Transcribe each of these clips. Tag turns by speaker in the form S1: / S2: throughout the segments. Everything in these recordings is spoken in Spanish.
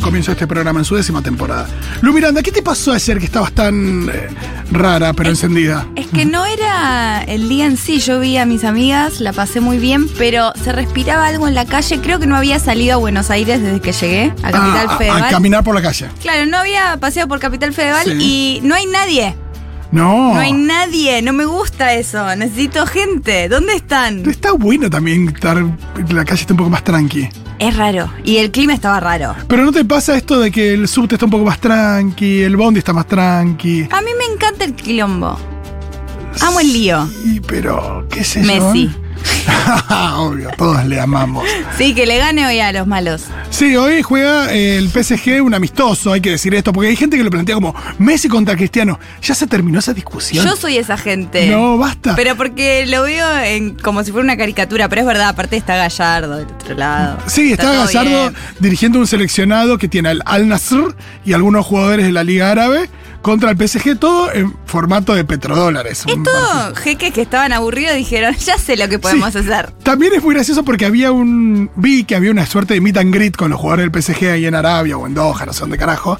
S1: comienzo de este programa en su décima temporada. Lu Miranda, ¿qué te pasó ayer que estabas tan eh, rara
S2: Eh,
S1: pero encendida?
S2: Es que no era el día en sí, yo vi a mis amigas, la pasé muy bien, pero se respiraba algo en la calle, creo que no había salido a Buenos Aires desde que llegué a Capital
S1: Ah, a-
S2: Federal.
S1: a caminar por la calle.
S2: claro, no había paseado por Capital Federal
S1: Sí.
S2: y no hay nadie.
S1: No.
S2: No hay nadie, no me gusta eso, necesito gente. ¿Dónde están?
S1: Está bueno también estar. La calle está un poco más tranqui.
S2: Es raro. Y el clima estaba raro.
S1: Pero ¿no te pasa esto de que el subte está un poco más tranqui, el bondi está más tranqui?
S2: A mí me encanta el quilombo. Amo el lío.
S1: Sí, pero, ¿qué sé
S2: Messi.
S1: yo? Obvio, todos le amamos.
S2: Sí, que le gane hoy a los malos.
S1: Sí, hoy juega eh, el PSG un amistoso, hay que decir esto, porque hay gente que lo plantea como Messi contra Cristiano. Ya se terminó esa discusión.
S2: Yo soy esa gente.
S1: No, basta.
S2: Pero porque lo veo en- como si fuera una caricatura, pero es verdad, aparte está Gallardo del otro lado.
S1: Sí, está,
S2: todo
S1: Gallardo
S2: bien.
S1: dirigiendo un seleccionado que tiene al Al Nasr y algunos jugadores de la Liga Árabe contra el PSG, todo en formato de petrodólares.
S2: Es
S1: un
S2: todo jeques que estaban aburridos dijeron, ya sé lo que podemos
S1: Sí.
S2: hacer.
S1: También es muy gracioso porque había un. Vi que había una suerte de meet and greet con los jugadores del PSG ahí en Arabia o en Doha, no sé dónde carajo.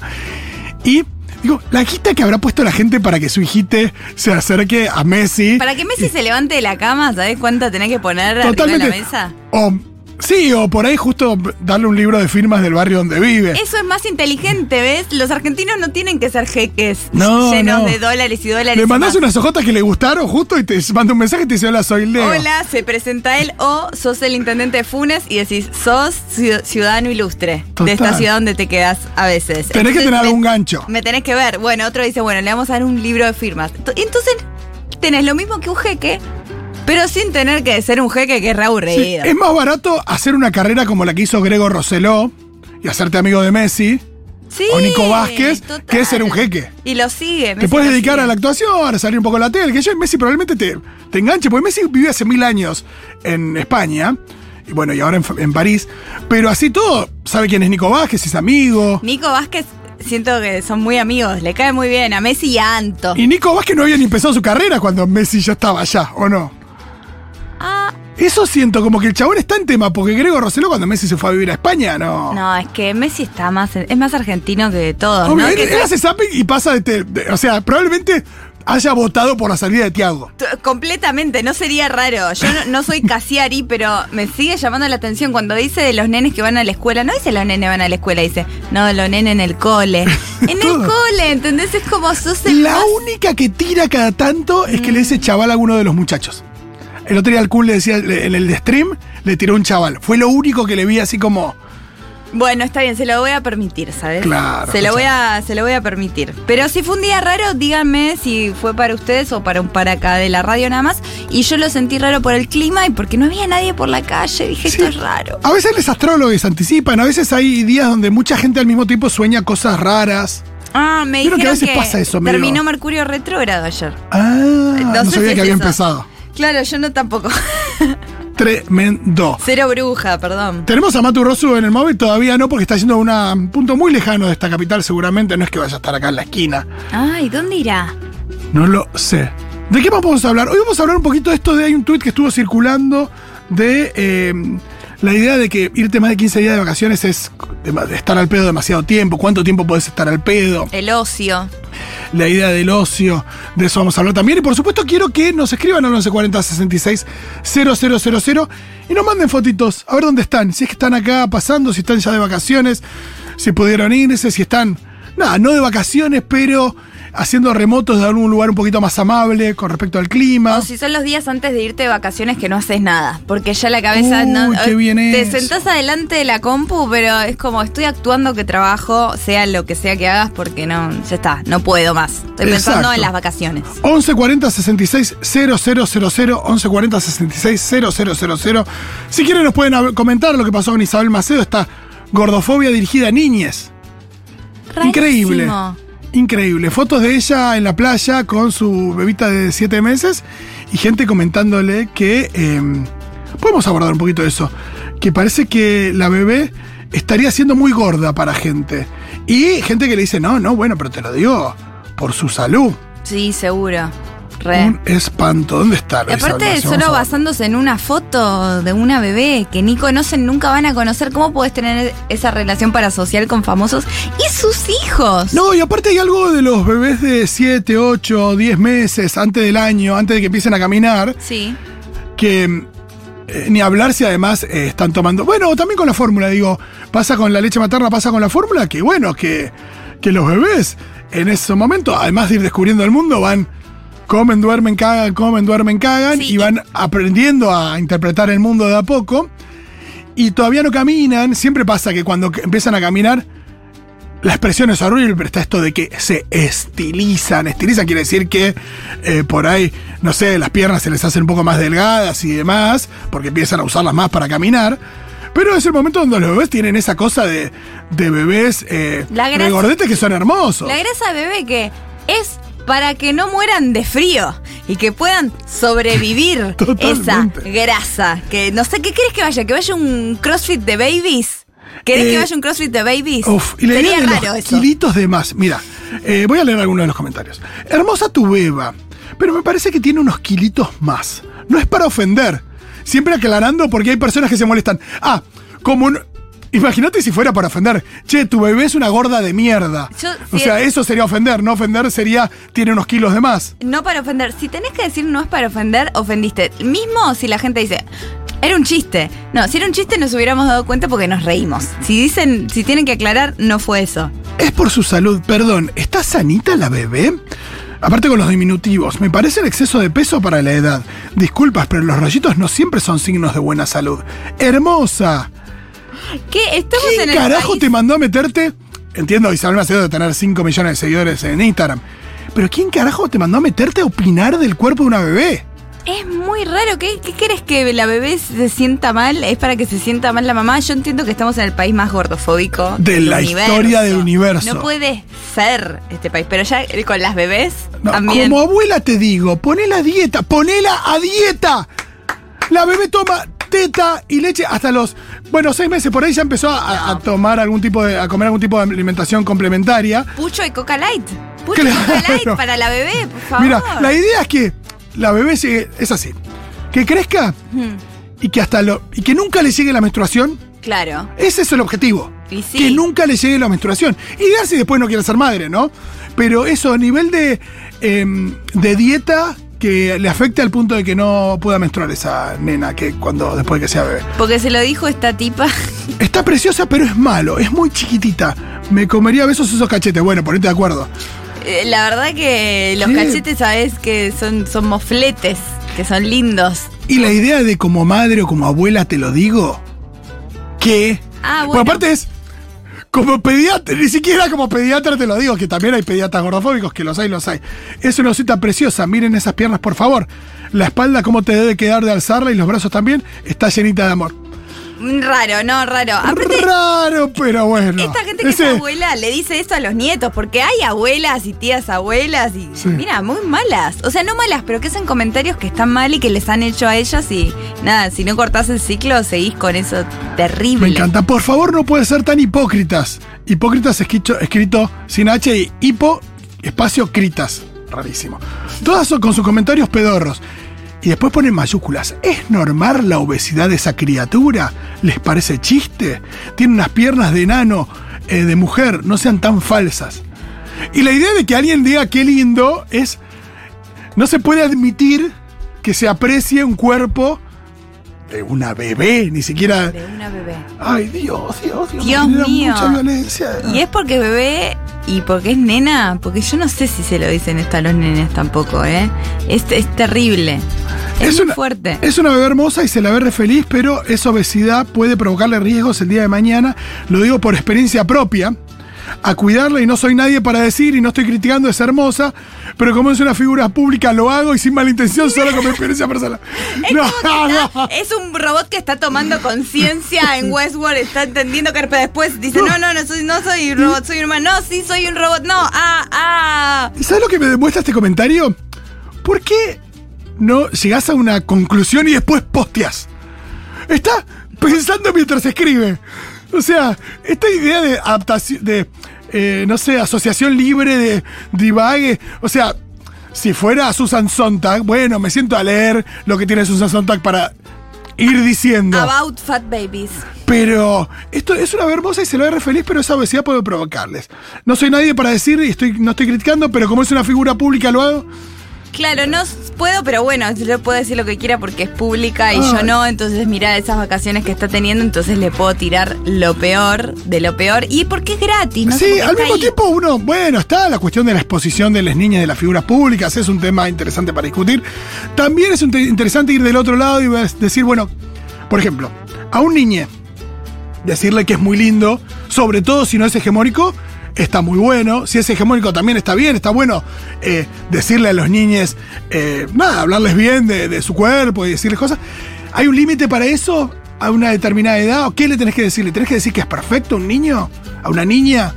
S1: Y digo, la guita que habrá puesto la gente para que su hijite se acerque a Messi.
S2: Para que Messi se levante de la cama, ¿sabés cuánto tenés que poner arriba de la mesa?
S1: O, sí, o por ahí justo darle un libro de firmas del barrio donde vive.
S2: Eso es más inteligente, ¿ves? Los argentinos no tienen que ser jeques
S1: No,
S2: llenos
S1: no.
S2: de dólares y dólares.
S1: Le
S2: y
S1: mandás
S2: más.
S1: unas hojotas que le gustaron justo y te manda un mensaje y te dice: Hola, soy Leo.
S2: Hola, se presenta él o sos el intendente de Funes y decís, sos ci- ciudadano ilustre de
S1: Total.
S2: esta ciudad donde te quedas a
S1: Tenés
S2: veces.
S1: que
S2: Entonces,
S1: tener
S2: me-
S1: algún gancho.
S2: Me tenés que ver. Bueno, otro dice, bueno, le vamos a dar un libro de firmas. Ent- Entonces, tenés lo mismo que un jeque, pero sin tener que ser un jeque que es re
S1: Sí, em,
S2: aburrido.
S1: es más barato hacer una carrera como la que hizo Grego Roseló y hacerte amigo de Messi.
S2: Sí,
S1: o Nico Vázquez,
S2: total.
S1: que es ser un jeque.
S2: Y lo sigue.
S1: Te puedes dedicar a la actuación, a salir un poco a la tele, que yo Messi probablemente te, te enganche, porque Messi vivió hace mil años en España, y bueno, y ahora en, F- en París, pero así todo, sabe quién es Nico Vázquez, es amigo.
S2: Nico Vázquez, siento que son muy amigos, le cae muy bien a Messi y a Anto.
S1: Y Nico Vázquez no había ni empezado su carrera cuando Messi ya estaba allá, ¿o no?
S2: Ah,
S1: Eso siento, como que el chabón está en tema, porque Grego Roseló cuando Messi se fue a vivir a España, no.
S2: no, es que Messi está más, es más argentino que todos,
S1: Obvio,
S2: ¿no?
S1: él,
S2: Que
S1: él hace zapping y pasa de, te- de- O sea, probablemente haya votado por la salida de Tiago.
S2: T- Completamente, no sería raro. Yo no, no soy Casiari, pero me sigue llamando la atención cuando dice de los nenes que van a la escuela. No dice los nenes van a la escuela, dice, no, los nenes en el cole. En el
S1: Todo.
S2: cole, ¿entendés? Es como sos el
S1: La
S2: más-
S1: única que tira cada tanto es que le
S2: Mm.
S1: dice chaval a alguno de los muchachos. El otro día al Kun le decía, le- en el de stream, le tiró un chaval. Fue lo único que le vi así como.
S2: Bueno, está bien, se lo voy a permitir, ¿sabes?
S1: Claro,
S2: Se lo, voy a, se lo voy a permitir. Pero si fue un día raro, díganme si fue para ustedes o para un para acá de la radio nada más. Y yo lo sentí raro por el clima y porque no había nadie por la calle. Dije,
S1: Sí.
S2: esto es raro.
S1: A veces los astrólogos anticipan, a veces hay días donde mucha gente al mismo tiempo sueña cosas raras.
S2: Ah, me
S1: Creo
S2: dijeron
S1: que a veces pasa eso, amigo.
S2: terminó Mercurio retrógrado ayer.
S1: Ah, no
S2: sé si
S1: sabía
S2: es
S1: que había
S2: eso.
S1: empezado.
S2: Claro, yo no tampoco.
S1: Tremendo.
S2: Cero bruja, perdón.
S1: Tenemos a Matu Rosu en el móvil, todavía no, porque está yendo a una- un punto muy lejano de esta capital, seguramente. No es que vaya a estar acá en la esquina.
S2: Ay, ¿dónde irá?
S1: No lo sé. ¿De qué más vamos a hablar? Hoy vamos a hablar un poquito de esto de hay un tuit que estuvo circulando de eh, la idea de que irte más de 15 días de vacaciones es dema- estar al pedo demasiado tiempo. ¿Cuánto tiempo podés estar al pedo?
S2: El ocio.
S1: La idea del ocio, de eso vamos a hablar también. Y por supuesto quiero que nos escriban al 1140 66 0000 y nos manden fotitos, a ver dónde están. Si es que están acá pasando, si están ya de vacaciones, si pudieron irse, si están, nada, no de vacaciones, pero haciendo remotos de algún lugar un poquito más amable con respecto al clima.
S2: O si son los días antes de irte de vacaciones que no haces nada, porque ya la cabeza
S1: Uy,
S2: no.
S1: qué bien
S2: te
S1: eso.
S2: sentás adelante de la compu, pero es como estoy actuando que trabajo, sea lo que sea que hagas, porque no, ya está, no puedo más. Estoy pensando
S1: Exacto.
S2: en las vacaciones.
S1: 1140 66 0000 1140 66 0000 Si quieren nos pueden hab- comentar lo que pasó con Isabel Macedo, esta gordofobia dirigida a niñes. Increíble.
S2: Rarísimo.
S1: Increíble. Fotos de ella en la playa con su bebita de 7 meses y gente comentándole que. eh, podemos abordar un poquito eso. Que parece que la bebé estaría siendo muy gorda para gente. Y gente que le dice: No, no, bueno, pero te lo digo por su salud.
S2: Sí, seguro. Re.
S1: Un espanto. ¿Dónde está?
S2: Y aparte, solo basándose en una foto de una bebé que ni conocen, nunca van a conocer, ¿cómo podés tener esa relación parasocial con famosos y sus hijos?
S1: No, y aparte hay algo de los bebés de 7, 8, 10 meses antes del año, antes de que empiecen a caminar,
S2: Sí.
S1: que eh, ni hablar si además eh, están tomando. Bueno, también con la fórmula, digo, pasa con la leche materna, pasa con la fórmula, que bueno, que, que los bebés en ese momento, además de ir descubriendo el mundo, van, comen, duermen, cagan, comen, duermen, cagan,
S2: Sí,
S1: y
S2: y-
S1: van aprendiendo a interpretar el mundo de a poco. Y todavía no caminan, siempre pasa que cuando que- empiezan a caminar, la expresión es horrible, pero está esto de que se estilizan. Estilizan quiere decir que eh, por ahí, no sé, las piernas se les hacen un poco más delgadas y demás, porque empiezan a usarlas más para caminar. Pero es el momento donde los bebés tienen esa cosa de, de bebés eh,
S2: La grasa-
S1: regordetes que son hermosos.
S2: La grasa de bebé que es para que no mueran de frío y que puedan sobrevivir esa
S1: Totalmente.
S2: grasa. Que no sé, ¿qué crees que vaya? ¿Que vaya un crossfit de babies? ¿Querés
S1: Eh,
S2: que vaya un crossfit de babies?
S1: Uf, y la idea
S2: Sería
S1: de
S2: raro
S1: los
S2: eso.
S1: kilitos de más. Mira, eh, voy a leer algunos de los comentarios. Hermosa tu beba, pero me parece que tiene unos kilitos más. No es para ofender. Siempre aclarando porque hay personas que se molestan. Ah, como un. Imagínate si fuera para ofender. Che, tu bebé es una gorda de mierda.
S2: Yo-
S1: o
S2: sí,
S1: sea,
S2: es-
S1: eso sería ofender. No ofender sería tiene unos kilos de más.
S2: No para ofender. Si tenés que decir no es para ofender, ofendiste. Mismo si la gente dice. Era un chiste. No, si era un chiste nos hubiéramos dado cuenta porque nos reímos. Si dicen, si tienen que aclarar, no fue eso.
S1: Es por su salud, perdón. ¿Está sanita la bebé? Aparte con los diminutivos, me parece el exceso de peso para la edad. Disculpas, pero los rollitos no siempre son signos de buena salud. Hermosa.
S2: ¿Qué? Estamos en
S1: ¿Quién
S2: el
S1: carajo
S2: país-
S1: te mandó a meterte? Entiendo, Isabel Macedo de tener 5 millones de seguidores en Instagram. Pero ¿quién carajo te mandó a meterte a opinar del cuerpo de una bebé?
S2: Es muy raro. ¿Qué, ¿Qué querés que la bebé se sienta mal? ¿Es para que se sienta mal la mamá? Yo entiendo que estamos en el país más gordofóbico
S1: De
S2: del
S1: la
S2: universo.
S1: historia del universo.
S2: No puede ser este país. Pero ya eh, con las bebés
S1: No,
S2: también.
S1: Como abuela te digo, ponela a dieta, ponela a dieta. La bebé toma teta y leche hasta los, bueno, seis meses por ahí ya empezó a, a tomar algún tipo de, a comer algún tipo de alimentación complementaria.
S2: Pucho y Coca Light. Pucho y Coca
S1: Claro.
S2: Light para la bebé, por favor.
S1: Mira, la idea es que la bebé llegue- es así, que crezca
S2: Mm,
S1: y que hasta lo, y que nunca le llegue la menstruación.
S2: Claro.
S1: Ese es el objetivo.
S2: Y sí.
S1: Que nunca le llegue la menstruación. Ideal si después no quiere ser madre, ¿no? Pero eso, a nivel de, em, de dieta que le afecte al punto de que no pueda menstruar esa nena que cuando después de que sea bebé.
S2: Porque se lo dijo esta tipa.
S1: Está preciosa, pero es malo, es muy chiquitita. Me comería a besos esos cachetes. Bueno, ponete de acuerdo.
S2: Eh, La verdad que los
S1: Sí.
S2: cachetes, sabes que son, son mofletes, que son lindos.
S1: Y la idea de como madre o como abuela, te lo digo, que...
S2: Ah,
S1: Por
S2: bueno.
S1: aparte es, como pediatra, ni siquiera como pediatra te lo digo, que también hay pediatras gordofóbicos, que los hay, los hay. Es una osita preciosa, miren esas piernas, por favor. La espalda, cómo te debe quedar de alzarla y los brazos también, está llenita de amor.
S2: Mm, Raro, no, raro. Aparte,
S1: Raro, pero bueno.
S2: Esta gente que
S1: Ese-
S2: es abuela le dice eso a los nietos, porque hay abuelas y tías abuelas y
S1: Sí.
S2: mira, muy malas. O sea, no malas, pero que hacen comentarios que están mal y que les han hecho a ellas y nada, si no cortás el ciclo seguís con eso terrible.
S1: Me encanta. Por favor, no pueden ser tan hipócritas. Hipócritas escrito, escrito sin H y hipo, espacio, critas. Rarísimo. Todas son con sus comentarios pedorros. Y después ponen mayúsculas. ¿Es normal la obesidad de esa criatura? ¿Les parece chiste? Tiene unas piernas de enano, eh, de mujer. No sean tan falsas. Y la idea de que alguien diga qué lindo es... No se puede admitir que se aprecie un cuerpo de una bebé, ni siquiera...
S2: De una bebé.
S1: Ay, Dios, Dios, Dios.
S2: Dios
S1: me genera
S2: mío.
S1: Mucha violencia.
S2: Y es porque es bebé y porque es nena, porque yo no sé si se lo dicen esto a los nenes tampoco, ¿eh? Es, es terrible. Es, muy
S1: una,
S2: fuerte.
S1: Es una bebé hermosa y se la ve re feliz, pero esa obesidad puede provocarle riesgos el día de mañana. Lo digo por experiencia propia. A cuidarla y no soy nadie para decir y no estoy criticando, es hermosa, pero como es una figura pública lo hago y sin mala intención, solo con mi experiencia personal.
S2: Es como que está- es un robot que está tomando conciencia en Westworld, está entendiendo que pero después dice, no, no, no soy, no soy un robot, soy un humano, no, sí soy un robot, no, ah, ah.
S1: ¿Y sabes lo que me demuestra este comentario? ¿Por qué no llegás a una conclusión y después posteas? Está pensando mientras escribe. O sea, esta idea de adaptación, de, eh, no sé, asociación libre, de divague. O sea, Si fuera Susan Sontag, bueno, me siento a leer lo que tiene Susan Sontag para ir diciendo.
S2: About fat babies.
S1: Pero esto es una verbosa y se lo agarre feliz, pero esa obesidad puede provocarles. No soy nadie para decir y estoy, no estoy criticando, pero como es una figura pública lo hago.
S2: Claro, no s- puedo, pero bueno, yo puedo decir lo que quiera porque es pública y yo
S1: Ay.
S2: no, entonces mira esas vacaciones que está teniendo, entonces le puedo tirar lo peor de lo peor y porque es gratis, ¿no? Como
S1: sí,
S2: que
S1: al
S2: está
S1: mismo
S2: ahí.
S1: tiempo uno, bueno, está la cuestión de la exposición de las niñas y de las figuras públicas, es un tema interesante para discutir. También es un te- interesante ir del otro lado y ves- decir, bueno, por ejemplo, a un niñe, decirle que es muy lindo, sobre todo si no es hegemónico, está muy bueno. Si es hegemónico también está bien, está bueno eh, decirle a los niñes, eh, nada, hablarles bien de, de su cuerpo y decirles cosas. ¿Hay un límite para eso? ¿A una determinada edad? ¿O qué le tenés que decir? ¿Le tenés que decir que es perfecto a un niño? ¿A una niña?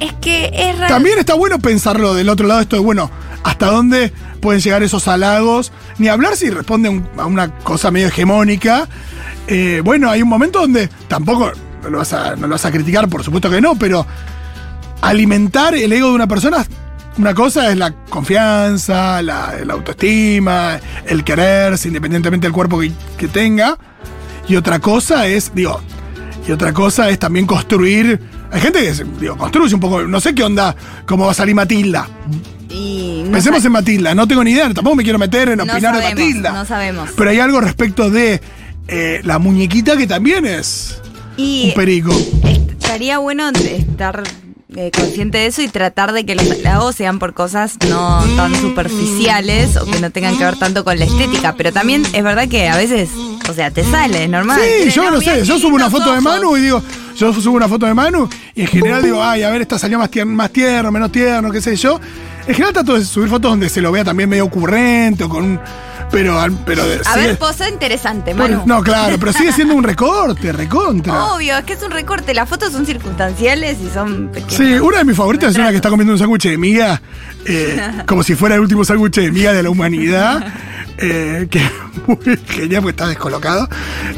S2: Es que es raro.
S1: También está bueno pensarlo del otro lado, esto de, bueno, ¿hasta dónde pueden llegar esos halagos? Ni hablar si responde un- a una cosa medio hegemónica. Eh, bueno, hay un momento donde tampoco no lo, vas a, no lo vas a criticar, por supuesto que no, pero alimentar el ego de una persona, una cosa es la confianza, la, la autoestima, el quererse, independientemente del cuerpo que, que tenga. Y otra cosa es, digo, y otra cosa es también construir. Hay gente que se- digo, construye un poco. No sé qué onda, cómo va a salir Matilda.
S2: Y no
S1: Pensemos
S2: sa-
S1: en Matilda, no tengo ni idea, tampoco me quiero meter en
S2: No
S1: opinar de
S2: sabemos,
S1: Matilda.
S2: no sabemos.
S1: Pero hay algo respecto de eh, la muñequita que también es
S2: y
S1: un perico.
S2: estaría bueno estar eh, consciente de eso y tratar de que los halagos sean por cosas no
S1: Mm.
S2: tan superficiales o que no tengan que ver tanto con la estética. Pero también es verdad que a veces, o sea, te sale, es normal.
S1: Sí,
S2: Pero
S1: yo no
S2: mirá
S1: sé,
S2: qué
S1: yo subo una
S2: lindos
S1: foto de
S2: ojos.
S1: Manu y digo, yo subo una foto de Manu y en general digo, ay, a ver, esta salió más, tier- más tierno, menos tierno, qué sé yo. En general trato de subir fotos donde se lo vea también medio ocurrente o con un... Pero... al- pero
S2: A
S1: sí
S2: ver,
S1: es-
S2: posa interesante,
S1: pero-
S2: Manu.
S1: no, claro, pero sigue siendo un recorte, recontra.
S2: Obvio, es que es un recorte. Las fotos son circunstanciales y son pequeñas.
S1: Sí, una de mis favoritas es una que está comiendo un sándwich de miga, eh, como si fuera el último sándwich de miga de la humanidad, eh, que es muy genial porque está descolocado.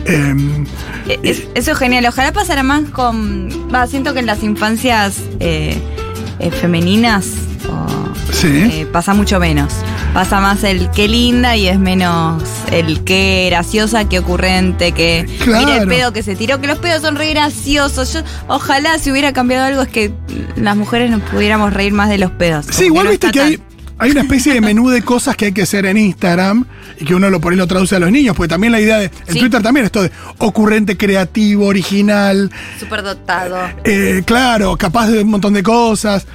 S1: Em,
S2: Eh, es- eso es genial. Ojalá pasara más con. Va, siento que en las infancias eh, eh, femeninas o,
S1: sí.
S2: eh, pasa mucho menos. Pasa más el qué linda y es menos el qué graciosa, qué ocurrente, que. Mira
S1: Claro.
S2: el pedo que se tiró, que los pedos son re graciosos. Yo, ojalá si hubiera cambiado algo es que las mujeres nos pudiéramos reír más de los pedos.
S1: Sí,
S2: Como
S1: igual
S2: no
S1: viste
S2: está
S1: que hay,
S2: tan-
S1: hay una especie de menú de cosas que hay que hacer en Instagram y que uno lo por ahí lo traduce a los niños, porque también la idea de. En
S2: Sí.
S1: Twitter también esto de ocurrente, creativo, original,
S2: Súper dotado.
S1: eh, claro, capaz de un montón de cosas.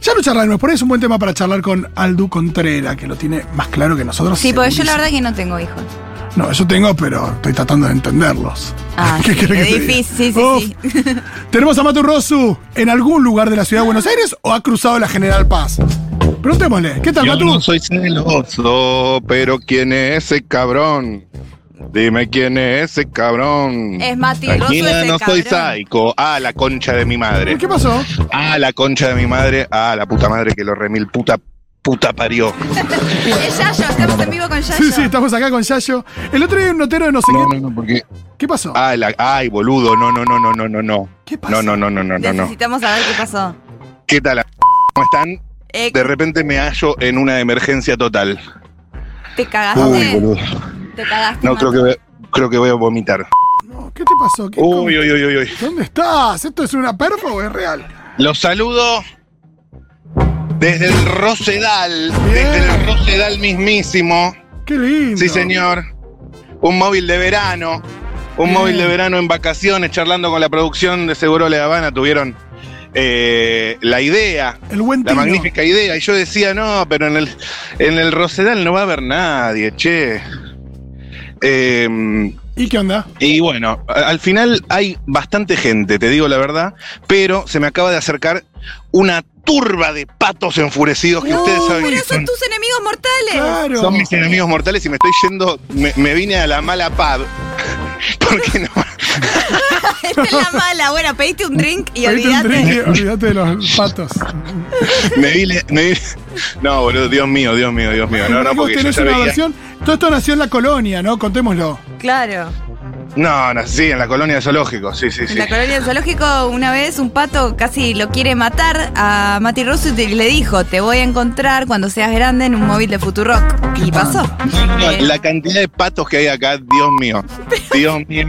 S1: Ya lo charlaremos, por ahí es un buen tema para charlar con Aldu Contrera, que lo tiene más claro que nosotros.
S2: Sí, porque yo la
S1: segurísimo.
S2: verdad que no tengo hijos.
S1: No, yo tengo, pero estoy tratando de entenderlos.
S2: Ah, sí,
S1: querés
S2: es
S1: te diga?
S2: difícil, sí, sí,
S1: Uf.
S2: sí.
S1: Tenemos a Matu Rosu en algún lugar de la ciudad de Buenos Aires o ha cruzado la General Paz. Preguntémosle, ¿qué tal,
S3: Yo
S1: Matu?
S3: no soy celoso, pero ¿quién es ese cabrón? Dime quién es ese cabrón.
S2: Es Mati Grosso
S3: Tranquila,
S2: ese
S3: no soy
S2: cabrón.
S3: psycho. Ah, la concha de mi madre.
S1: ¿Qué pasó?
S3: Ah, la concha de mi madre. Ah, la puta madre que lo remil puta puta parió.
S2: Es Yayo, estamos en vivo con Yayo.
S1: Sí, sí, estamos acá con Yayo. El otro día un notero de no sé
S3: No,
S1: qué.
S3: no, no, porque
S1: ¿Qué pasó?
S3: ah, la- ay, boludo. No, no, no, no, no, no, no.
S1: ¿Qué pasa?
S3: No, no, no, no, no, no, no.
S2: Necesitamos saber qué pasó.
S3: ¿Qué tal? ¿Cómo están?
S2: Eh,
S3: De repente me hallo en una emergencia total.
S2: te cagaste.
S3: Uy, boludo.
S2: Te cagaste.
S3: No,
S2: Mati.
S3: creo que voy a- creo que voy a vomitar.
S1: No, ¿Qué te pasó? ¿Qué-
S3: Uy, uy, uy, uy, uy.
S1: ¿Dónde estás? ¿Esto es una perfo o es real?
S3: Los saludo desde el Rosedal, desde el Rosedal mismísimo.
S1: Qué lindo.
S3: Sí, señor. Un móvil de verano, un móvil de verano en vacaciones, charlando con la producción de Seguro La Habana, tuvieron eh, la idea,
S1: El buen
S3: la
S1: tino.
S3: magnífica idea. Y yo decía, no, pero en el, en el Rosedal no va a haber nadie, che. Em,
S1: ¿Y qué onda?
S3: y bueno, a- al final hay bastante gente, te digo la verdad, pero se me acaba de acercar una turba de patos enfurecidos que
S2: No,
S3: ustedes saben
S2: pero
S3: que
S2: son
S3: son,
S2: tus enemigos mortales.
S1: Claro.
S3: son mis enemigos mortales y me estoy yendo, me, me vine a la mala pub. Porque no,
S2: Esta es la mala. Bueno, pediste un drink y
S1: Pedite un
S2: olvídate.
S1: drink y olvídate de los patos.
S3: me vine, me vine- No, boludo, Dios mío, Dios mío, Dios mío. No, no,
S1: Vos
S3: porque yo
S1: tenés
S3: ya
S1: una
S3: veía.
S1: versión. Todo esto nació en la colonia, ¿no? Contémoslo.
S2: Claro.
S3: No, no, sí, en la colonia de zoológicos, sí, sí,
S2: En
S3: sí.
S2: la colonia del zoológico, una vez un pato casi lo quiere matar a Mati Russo y te- le dijo: Te voy a encontrar cuando seas grande en un móvil de Futurock. Y pasó.
S3: No,
S2: Eh,
S3: la cantidad de patos que hay acá, Dios mío. Dios mío.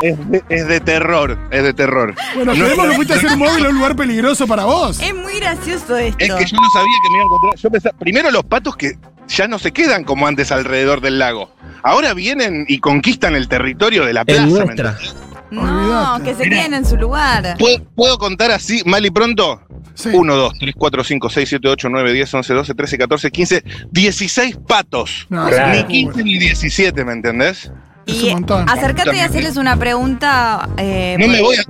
S3: Es de, es de terror, es de terror.
S1: Bueno,
S3: No,
S1: creemos que fuiste a hacer
S3: no,
S1: móvil a un lugar peligroso para vos.
S2: Es muy gracioso esto.
S3: Es que yo no sabía que me iba a encontrar. Yo pensaba, primero los patos que ya no se quedan como antes alrededor del lago. Ahora vienen y conquistan el territorio de la plaza.
S4: En
S3: ¿me
S4: nuestra.
S3: entendés?
S2: no,
S1: Olvídate.
S2: que se queden en su lugar.
S3: ¿Puedo, puedo contar así, mal y pronto?
S1: Sí.
S3: 1, 2, 3, 4, 5, 6, 7, 8, 9, 10, 11, 12, 13, 14, 15, 16 patos.
S1: No, es
S4: Claro.
S3: Ni
S1: una
S3: 15
S1: locura.
S3: ni 17, ¿me entendés?
S1: Es un
S2: Y
S1: montón.
S2: acércate y hacerles una pregunta. eh,
S3: ¿eh? No me voy a...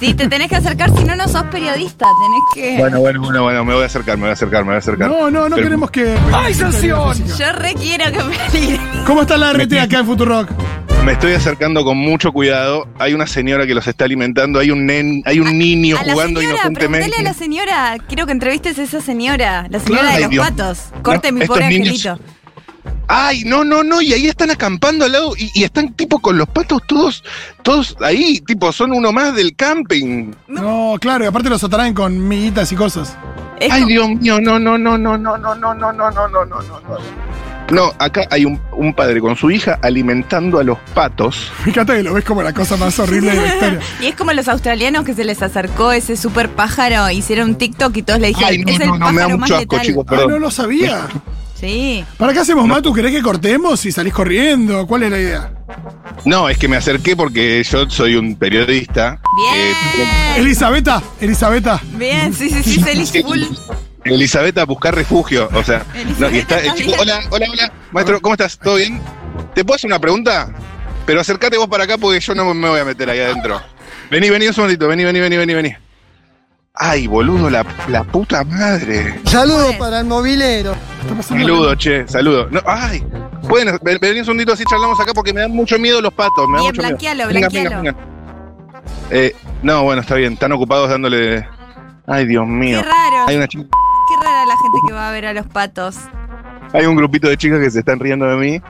S2: Sí, te tenés que acercar, si no, no sos periodista. Tenés que.
S3: Bueno, bueno, bueno, bueno, me voy a acercar, me voy a acercar, me voy a acercar.
S1: No, no, no
S3: Pero-
S1: queremos que. ¡Ay, sanción!
S2: Yo requiero que me digan.
S1: ¿Cómo está la RT acá en Futurock?
S3: Me estoy acercando con mucho cuidado. Hay una señora que los está alimentando, hay un nen, hay un niño
S2: A la
S3: jugando
S2: señora,
S3: inocentemente.
S2: preguntale a la señora. Quiero que entrevistes a esa señora, la señora
S3: Claro.
S2: de
S3: Ay,
S2: los
S3: Dios.
S2: patos. Corte
S3: No,
S2: mi
S3: estos
S2: pobre
S3: niños-
S2: angelito.
S3: Ay, no, no, no, y ahí están acampando al lado y, y están tipo con los patos todos, todos ahí, tipo, son uno más del camping.
S1: No, claro, y aparte los atraen con miguitas y cosas.
S2: Es
S3: Ay,
S2: como-
S3: Dios mío, no, no, no, no, no, no, no, no, no, no, no, no, no, no. No, acá hay un, un padre con su hija alimentando a los patos.
S1: Fíjate que lo ves como la cosa más horrible de la historia.
S2: y es como los australianos que se les acercó ese super pájaro, hicieron un TikTok y todos le dijeron,
S3: Ay, no,
S2: es el
S3: no, no,
S2: pájaro
S3: me da
S2: más
S3: mucho asco,
S2: letal.
S3: chicos,
S1: Ah,
S3: perdón.
S1: no lo sabía.
S2: Sí.
S1: ¿Para qué hacemos, Matu? ¿Querés que cortemos y salís corriendo? ¿Cuál es la idea?
S3: No, es que me acerqué porque yo soy un periodista. Eh,
S2: Bien.
S1: Elisabetta, Elisabetta.
S2: Bien, sí, sí, sí, feliz full.
S3: Elizabeth a buscar refugio, o sea. no, y está el chico, hola, hola, hola. Maestro, ¿cómo estás? ¿Todo bien? ¿Te puedo hacer una pregunta? Pero acércate vos para acá porque yo no me voy a meter ahí adentro. Vení, vení un segundito, vení, vení, vení, vení, vení. Ay, boludo, la, la puta madre.
S5: Saludos para el movilero.
S1: Está pasando
S3: Saludo, che, saludo. No, ay, bueno, ven- vení un segundito así charlamos acá porque me dan mucho miedo los patos. Me dan
S2: Bien,
S3: mucho miedo.
S2: blanquealo,
S3: Venga,
S2: blanquealo.
S3: venga, venga. Eh, no, bueno, está bien, están ocupados dándole. Ay, Dios mío.
S2: Qué raro,
S3: Hay una chica
S2: qué rara la gente que va a ver a los patos.
S3: Hay un grupito de chicas que se están riendo de mí.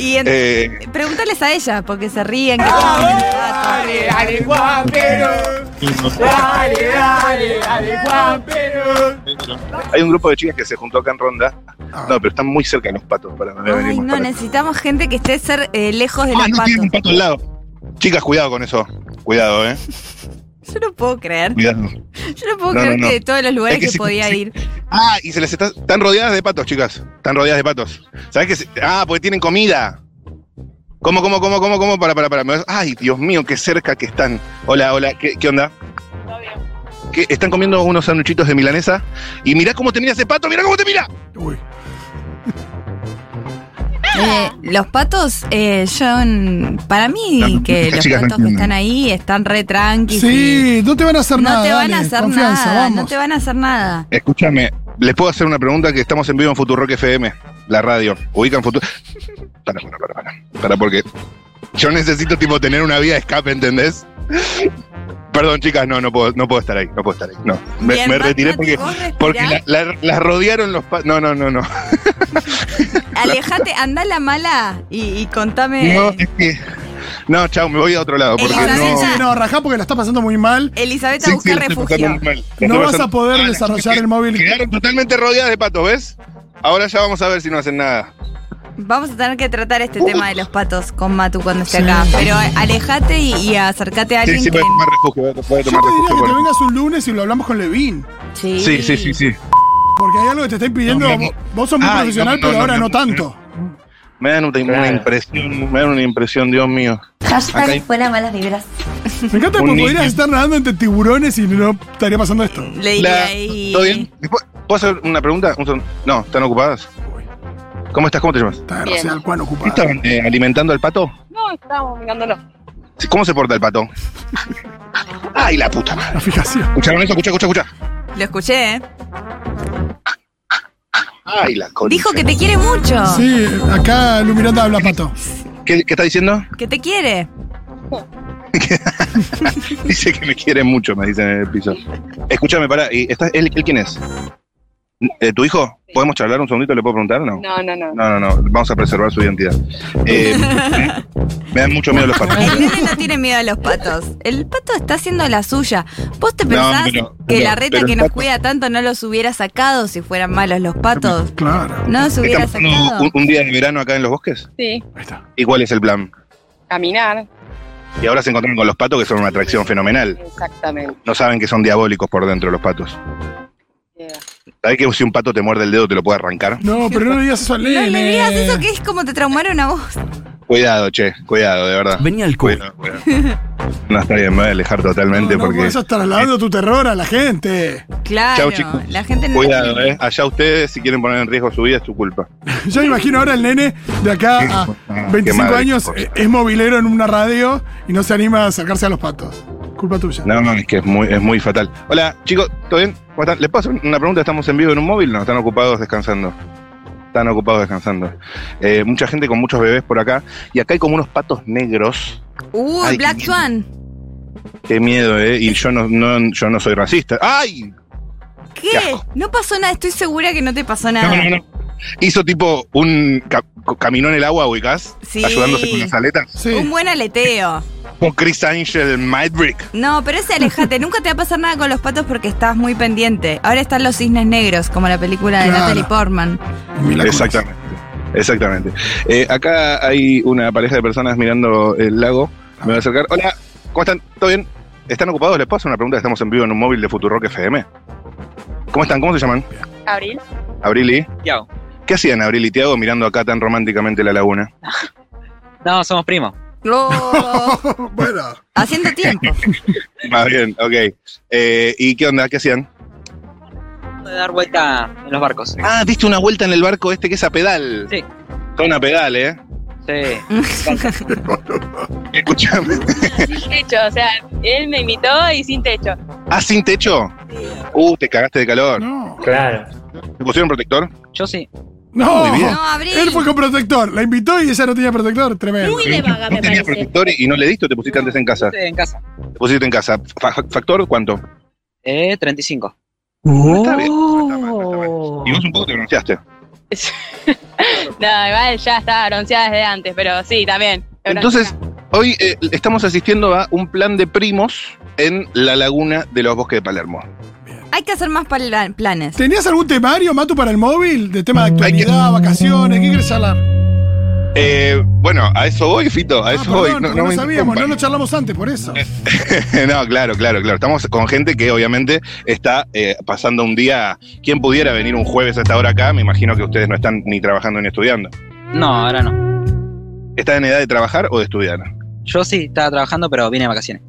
S2: Y en-
S3: Eh, Ah,
S2: Pregúntales a ella, porque se ríen. Que toman el plato.
S3: hay un grupo de chicas que se juntó acá en Ronda.
S1: Ah.
S3: No, pero están muy cerca de los patos. Para, me
S2: Ay,
S3: venimos
S2: no,
S3: para-
S2: necesitamos gente que esté cer- eh, lejos de
S3: Ah,
S2: los
S3: no tienen un
S2: patos.
S3: pato al lado. Chicas, cuidado con eso. Cuidado, eh.
S2: Yo no puedo creer.
S3: Cuidado.
S2: Yo no puedo
S3: No,
S2: creer
S3: no, no.
S2: que de todos los lugares
S3: Es que
S2: que,
S3: sí,
S2: podía
S3: sí.
S2: ir.
S3: Ah, y se les está. Están rodeadas de patos, chicas. Están rodeadas de patos. ¿Sabes qué? se- Ah, porque tienen comida. ¿Cómo, cómo, cómo, cómo, cómo? Para, para, para. me vas- Ay, Dios mío, qué cerca que están. Hola, hola, ¿qué, qué onda? ¿Qué? Están comiendo unos sanduchitos de milanesa. Y mirá cómo te mira ese pato, mirá cómo te mira.
S1: Uy.
S2: Eh, los patos, eh, son. Para mí,
S3: Claro,
S2: que
S3: las
S2: los
S3: chicas no
S2: patos que
S3: entienden.
S2: están ahí están re tranquilos.
S1: Sí, no te van a hacer nada.
S2: No te van a
S1: dale,
S2: hacer
S1: confianza,
S2: nada.
S1: Vamos.
S2: No te van a hacer nada.
S3: Escúchame, les puedo hacer una pregunta que estamos en vivo en Futurock FM, la radio. Ubican Futuro. Para, para, para, para. Para, porque yo necesito, tipo, tener una vía de escape, ¿entendés? Perdón, chicas, no, no puedo, no puedo estar ahí, no puedo estar ahí. No, me,
S2: Bien,
S3: me
S2: Mati,
S3: retiré porque,
S2: vos respirá.
S3: porque la- la- las rodearon los. pa- No, no, no, no.
S2: Alejate, anda la mala y, y contame.
S3: No, es que. No, chao, me voy a otro lado. Porque
S2: Elizabeth,
S3: no.
S1: Sí, no, rajá porque la está pasando muy mal.
S2: Elisabetta
S3: Sí, sí,
S2: busca
S3: la estoy
S2: refugio.
S3: pasando muy mal. La
S1: No
S3: estoy
S1: vas a
S3: pasando-
S1: poder
S3: Ah, las
S1: desarrollar
S3: chicas
S1: el móvil.
S3: Quedaron totalmente rodeadas de patos, ¿ves? Ahora ya vamos a ver si no hacen nada.
S2: Vamos a tener que tratar este tema de los patos con Matu cuando esté acá. Pero alejate y, y acércate a
S3: Sí,
S2: alguien
S3: sí, pues,
S2: que.
S3: puede tomar refugio, puede- puede
S1: Yo
S3: tomar
S1: te diría
S3: refugio.
S1: que te
S3: con-
S1: vengas un lunes y lo hablamos con Levin.
S2: Sí.
S3: Sí, sí, sí, sí.
S1: Porque hay algo que te está impidiendo.
S3: No, no, no.
S1: Vos sos muy
S3: Ay,
S1: profesional,
S3: no, no,
S1: pero
S3: no, eh,
S1: ahora
S3: no,
S1: no
S3: no.
S1: tanto.
S3: Me dan una, una impresión, me dan una impresión, Dios mío. Acá hay-
S6: Hashtag fuera malas vibras.
S1: Me encanta
S3: Un
S1: porque
S3: niño.
S1: podrías estar nadando entre tiburones y no estaría pasando esto.
S2: Le diría
S3: La-
S2: ahí.
S3: ¿Todo bien? ¿Puedo puedo hacer una pregunta? Un segundo. no, ¿están ocupadas? ¿Cómo estás? ¿Cómo te llamas?
S1: Está demasiado cuán
S3: ¿Sí
S1: ocupado.
S3: ¿Estaban eh, alimentando al pato?
S7: No, estamos mirándolo.
S3: Sí, ¿Cómo se porta el pato? ¡Ay, la puta madre!
S1: La fijación.
S3: ¿Escucharon eso? Escucha, escucha, escucha.
S2: Lo escuché, ¿eh?
S3: ¡Ay, la cola!
S2: Dijo que te quiere mucho.
S1: Sí, acá Lu Miranda habla pato.
S3: ¿Qué, qué está diciendo?
S2: Que te quiere.
S3: Dice que me quiere mucho, me dicen en el piso. Escúchame, pará. ¿y está, él, él quién es? Eh, ¿Tu hijo? ¿Podemos charlar un segundito? ¿Le puedo preguntar o
S7: No, no, no.
S3: No, no, no, vamos a preservar su identidad. Eh, Me dan mucho miedo los patos.
S2: El nene no tiene miedo a los patos. El pato está haciendo la suya. ¿Vos te pensás
S3: pero-
S2: que la
S3: pero-
S2: reta
S3: pero
S2: que
S3: el
S2: nos
S3: pato-
S2: cuida tanto no los hubiera sacado si fueran malos los patos?
S1: Claro.
S2: No los hubiera
S3: ¿Están pasando
S2: sacado.
S3: un, un día de verano acá en los bosques?
S4: Sí,
S1: Ahí está.
S3: ¿Y cuál es el plan?
S4: caminar.
S3: Y ahora se encuentran con los patos que son una atracción fenomenal.
S4: Exactamente.
S3: No saben que son diabólicos por dentro los patos.
S4: yeah.
S3: ¿Sabés que si un pato te muerde el dedo te lo puede arrancar?
S1: No, pero no le digas eso al
S2: No
S1: nene.
S2: le digas eso que es como te traumaron a vos.
S3: Cuidado, che, cuidado, de verdad.
S6: Venía al culo.
S3: Cuidado, cuidado. No está bien, me voy a alejar
S1: No,
S3: totalmente
S1: no,
S3: porque.
S1: por eso estás trasladando tu terror a la gente.
S2: Claro,
S3: Chau, chicos.
S2: la gente no.
S3: Cuidado, eh. Allá ustedes, si quieren poner en riesgo su vida, es tu culpa.
S1: Yo me imagino ahora el nene de acá
S3: Qué
S1: a
S3: madre,
S1: 25
S3: qué
S1: años eh,
S3: madre.
S1: es movilero en una radio y no se anima a acercarse a los patos. Culpa tuya.
S3: No, no, es que es muy, es muy fatal. Hola, chicos, ¿todo bien? ¿Cómo están? ¿Les paso una pregunta? ¿Estamos en vivo en un móvil? No, están ocupados descansando. Están ocupados descansando. Eh, mucha gente con muchos bebés por acá. Y acá hay como unos patos negros.
S2: Uh,
S3: Ay,
S2: Black
S3: qué-
S2: Swan.
S3: Qué miedo, ¿eh? Y yo no, no- yo no soy racista. ¡Ay! Qué
S2: ¿Qué?
S3: asco.
S2: No pasó nada, estoy segura que no te pasó nada.
S3: No, no, no. Hizo tipo un. ca- caminó en el agua, ubicás.
S2: Sí.
S3: Ayudándose con las aletas.
S2: Un
S1: Sí.
S2: buen aleteo.
S3: Con Chris Angel en Maverick.
S2: No, pero ese alejate, nunca te va a pasar nada con los patos porque estás muy pendiente. Ahora están los cisnes negros, como la película de
S1: Claro.
S2: Natalie Portman.
S1: Milagros.
S3: Exactamente. Exactamente. Eh, acá hay una pareja de personas mirando el lago. Me voy a acercar. Hola, ¿cómo están? ¿Todo bien? ¿Están ocupados? Les paso una pregunta. Estamos en vivo en un móvil de Futurock FM. ¿Cómo están? ¿Cómo se llaman?
S4: Abril.
S3: Abril y.
S7: Tiago.
S3: ¿Qué hacían Abril y Tiago mirando acá tan románticamente la laguna?
S7: No, somos primos.
S2: Oh,
S1: bueno.
S2: haciendo tiempo.
S3: Más Ah, bien, ok. Eh, ¿Y qué onda? ¿Qué hacían?
S7: De dar vuelta en los barcos.
S3: Ah, viste una vuelta en el barco este que es a pedal.
S7: Sí.
S3: Son a pedal, ¿eh?
S7: Sí.
S3: Escuchame.
S4: Sin techo, o sea, él me invitó y sin techo.
S3: ¿Ah, sin techo? Uh, te cagaste de calor.
S1: No.
S8: Claro.
S3: ¿Te pusieron protector?
S7: Yo sí.
S1: No.
S3: Muy bien.
S2: No, Abril.
S1: Él fue con protector. La invitó y ella no tenía protector. Tremendo.
S8: Muy de vaga,
S3: ¿No
S8: me
S3: tenías
S8: parece.
S3: protector y no le diste o te pusiste antes en casa?
S7: Sí, En casa.
S3: Te pusiste en casa. Fa- fa- ¿Factor cuánto?
S7: Eh, 35.
S1: Oh.
S3: Está bien. no está mal, no está mal. Y vos un poco te bronceaste.
S4: No, igual ya estaba bronceada desde antes, pero sí, también.
S3: Entonces, hoy eh, estamos asistiendo a un plan de primos en la laguna de los bosques de Palermo.
S2: Hay que hacer más pala- planes.
S1: ¿Tenías algún temario, Matu, para el móvil? De tema de
S3: Mm.
S1: actualidad, vacaciones, ¿qué querés charlar?
S3: Eh, bueno, a eso voy, Fito, a
S1: Ah,
S3: eso voy.
S1: perdón, porque no,
S3: me
S1: sabíamos, no
S3: interrumpan.
S1: lo charlamos antes, por eso.
S3: no, claro, claro, claro. Estamos con gente que obviamente está eh, pasando un día. ¿Quién pudiera venir un jueves a esta hora acá? Me imagino que ustedes no están ni trabajando ni estudiando.
S7: No, ahora no.
S3: ¿Están en edad de trabajar o de estudiar?
S7: Yo sí estaba trabajando, pero vine de vacaciones.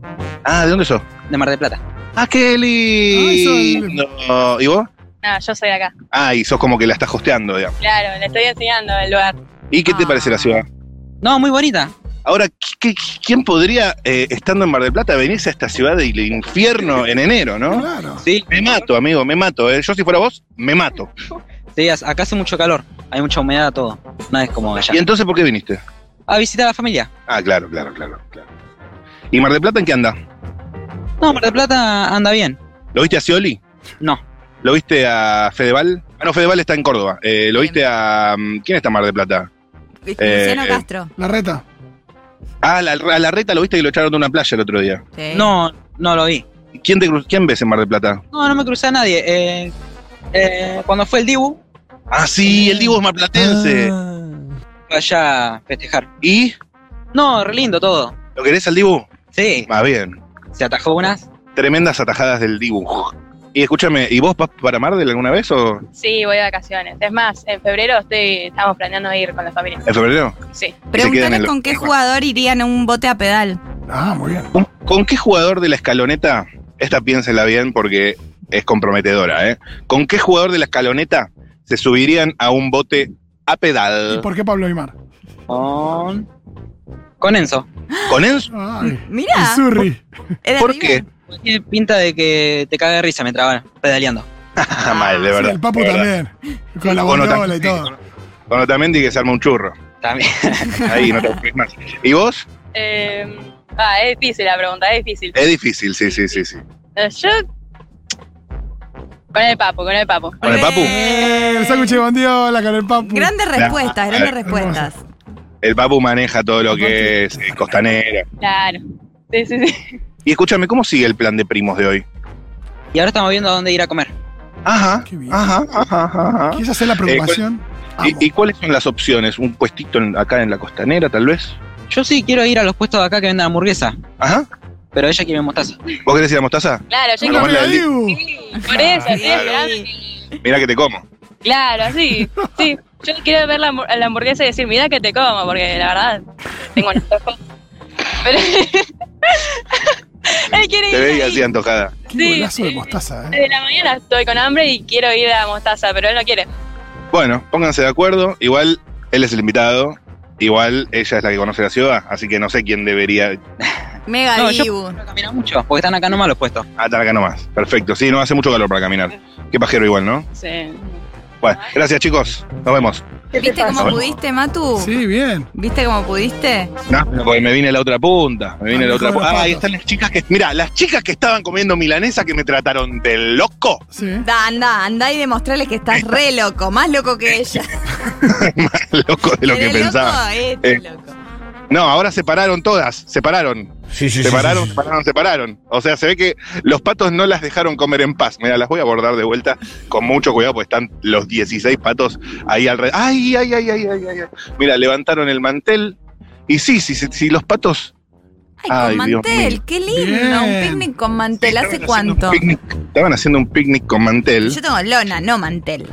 S3: Ah, ¿de dónde sos?
S7: De Mar del Plata.
S3: Ah, qué lindo. ¿Y vos?
S4: No, yo soy de acá.
S3: Ah, y sos como que la estás hosteando, digamos.
S4: Claro, le estoy enseñando el lugar.
S3: ¿Y qué te
S2: Ah.
S3: parece la ciudad?
S7: No, muy bonita.
S3: Ahora, ¿qué- qué- ¿quién podría, eh, estando en Mar del Plata, venirse a esta ciudad del infierno en enero, no?
S1: Claro.
S7: Sí,
S3: Me mato, amigo, me mato. eh. Yo si fuera vos, me mato.
S7: sí, as- acá hace mucho calor. Hay mucha humedad, todo. No es como allá.
S3: ¿Y entonces por qué viniste?
S7: A visitar a la familia.
S3: Ah, claro, claro, claro, claro. ¿Y Mar del Plata en qué anda?
S7: No, Mar del Plata anda bien.
S3: ¿Lo viste a Scioli?
S7: No.
S3: ¿Lo viste a Fedeval? Ah, no, Fedeval está en Córdoba. Eh, ¿Lo viste a... mm, ¿Quién está en Mar del Plata?
S2: Luciano
S3: eh,
S2: Castro.
S1: La reta.
S3: Ah, a la, a la reta lo viste que lo echaron de una playa el otro día.
S2: Sí.
S7: No, no lo vi.
S3: ¿Quién, te cru- ¿Quién ves en Mar del Plata?
S7: No, no me crucé a nadie. Eh, eh, cuando fue el Dibu,
S3: Ah, sí, el Divo es marplatense.
S1: Ah.
S7: fue allá a festejar.
S3: ¿Y?
S7: No, re lindo todo.
S3: ¿Lo querés al Dibu?
S7: Sí,
S3: Más bien.
S7: se atajó unas.
S3: tremendas atajadas del dibujo. Y escúchame, ¿y vos vas para Mar del alguna vez o
S4: Sí, voy de vacaciones. Es más, en febrero estoy, estamos planeando ir con la familia.
S3: en febrero? se
S4: Sí.
S3: quedan en
S2: Pregúntale
S3: el-
S2: con qué jugador irían a un bote a pedal.
S1: Ah, muy bien.
S3: ¿Con, con qué jugador de la escaloneta? Esta piénsela bien porque es comprometedora, ¿eh? ¿Con qué jugador de la escaloneta se subirían a un bote a
S1: ¿Y
S3: pedal?
S1: por qué Pablo Aymar?
S7: Con. Con Enzo.
S3: ¿Con
S1: Ah,
S3: Enzo?
S1: Ay.
S2: Mirá.
S1: Isurri.
S2: era
S3: ¿Por
S2: River.
S3: qué?
S7: Pues Tiene pinta de que te caga de risa mientras van pedaleando.
S3: Ah, Mal, de
S1: Sí,
S3: verdad.
S1: el Papu
S3: de verdad.
S1: también. Con la
S3: Con
S1: bondola y
S3: Otamendi,
S1: todo.
S3: Con Otamendi que se arma un churro.
S7: También.
S3: Ahí no te ocupes más. ¿Y vos?
S4: Eh, ah, es difícil la pregunta, es difícil.
S3: Es difícil, sí, sí, sí, sí.
S4: Eh, Yo. Con el papo, con el papo.
S3: ¿Con el Papu?
S1: Eh, El sándwich de bondiola con el Papu.
S3: eh,
S2: Grandes respuestas, grandes respuestas.
S3: El Papu maneja todo lo que es eh, costanera.
S4: Claro. Sí, sí, sí.
S3: Y escúchame, ¿cómo sigue el plan de primos de hoy?
S7: Y ahora estamos viendo a dónde ir a comer.
S3: Ajá,
S1: Qué bien.
S3: ajá, ajá, ajá, ajá.
S1: ¿Quieres hacer la preocupación? Amo.
S3: Eh, ¿Y, y cuáles son las opciones? ¿Un puestito en- acá en la costanera, tal vez?
S7: Yo sí quiero ir a los puestos de acá que venden hamburguesa,
S3: Ajá.
S7: pero ella quiere mostaza.
S3: ¿Vos querés ir a Mostaza?
S4: Claro, yo
S3: Bueno,
S4: quiero.
S1: Háblame
S3: la
S1: a Dibu.
S4: Sí, por eso, estoy
S2: Claro.
S4: esperando
S3: Mirá que te como.
S4: que- Claro, sí. Sí. Yo quiero ver la, hambu- la hamburguesa y decir, mira que te como, porque la verdad tengo unas dos cosas. Pero. Él quiere ir.
S3: Te veía
S4: ahí.
S3: así antojada.
S1: Qué
S4: sí,
S1: golazo de
S4: sí.
S1: mostaza, ¿eh?
S4: Desde la mañana estoy con hambre y quiero ir a Mostaza, pero él no quiere.
S3: Bueno, pónganse de acuerdo. Igual él es el invitado. Igual ella es la que conoce la ciudad. Así que no sé quién debería.
S2: Mega
S7: No, yo-
S2: Dibu.
S7: No caminan mucho, porque están acá nomás los puestos.
S3: atar acá nomás. Perfecto. Sí, no hace mucho calor para caminar. Qué pajero igual, ¿no?
S4: Sí.
S3: Bueno, gracias chicos. Nos vemos.
S2: ¿Viste cómo pudiste, Matu?
S1: Sí, bien.
S2: ¿Viste cómo pudiste?
S3: No, porque me vine a la otra punta. Me vine a la otra punta. Ah, ahí están las chicas que. Mira, las chicas que estaban comiendo milanesa que me trataron de loco.
S1: Sí.
S2: Da, anda, anda y demostrarles que estás re loco, más loco que ella.
S3: Más loco de lo que
S2: ¿Eres
S3: pensaba.
S2: Loco? Este
S3: Eh.
S2: loco.
S3: No, ahora se pararon todas. Se pararon.
S6: Sí, sí,
S3: Se pararon, se pararon, se pararon. O sea, se ve que los patos no las dejaron comer en paz. Mira, las voy a abordar de vuelta con mucho cuidado, porque están los 16 patos ahí alrededor. ¡Ay, ay, ay, ay, ay! ay! Mira, levantaron el mantel. Y sí, sí, sí, sí, los patos.
S2: Ay,
S3: Ay,
S2: con
S3: Dios
S2: mantel,
S3: mío.
S2: qué lindo. Un
S1: Bien.
S2: picnic con mantel,
S3: estaban
S2: ¿hace
S3: haciendo
S2: cuánto?
S3: un picnic- estaban haciendo un picnic con mantel.
S2: Yo tengo lona, no mantel.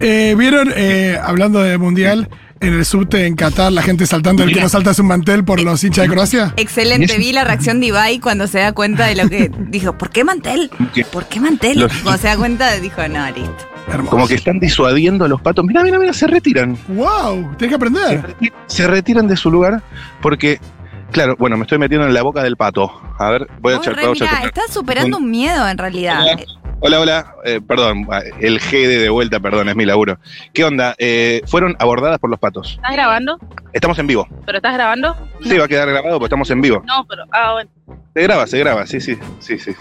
S1: Eh, ¿Vieron, eh, hablando de mundial, en el subte en Qatar, la gente saltando, el que no salta es un mantel por los hinchas de Croacia?
S2: Excelente,
S3: Eso-
S2: vi la reacción de Ibai cuando se da cuenta de lo que dijo, ¿por qué mantel?
S3: ¿Qué?
S2: ¿Por qué mantel?
S3: Los-
S2: Cuando se da cuenta dijo, no, listo.
S1: Hermoso.
S3: Como que están disuadiendo a los patos. Mira, mira, mira, se retiran.
S1: ¡Wow! Tienes que
S3: Se
S1: aprender.
S3: retiran- Se retiran de su lugar porque, claro, bueno, me estoy metiendo en la boca del pato. A ver, voy a
S2: Vos,
S3: echar.
S2: Oh, re,
S3: voy a echar-
S2: mirá, estás superando un miedo en realidad.
S3: Hola. Hola, hola. Eh, perdón, el GD de vuelta, perdón, es mi laburo. ¿Qué onda? Eh, fueron abordadas por los patos.
S4: ¿Estás grabando?
S3: Estamos en vivo.
S4: ¿Pero estás grabando?
S3: Sí, va a quedar grabado porque estamos en vivo.
S4: No, pero. Ah, bueno.
S3: Se graba, se graba, sí, sí, sí, sí. sí.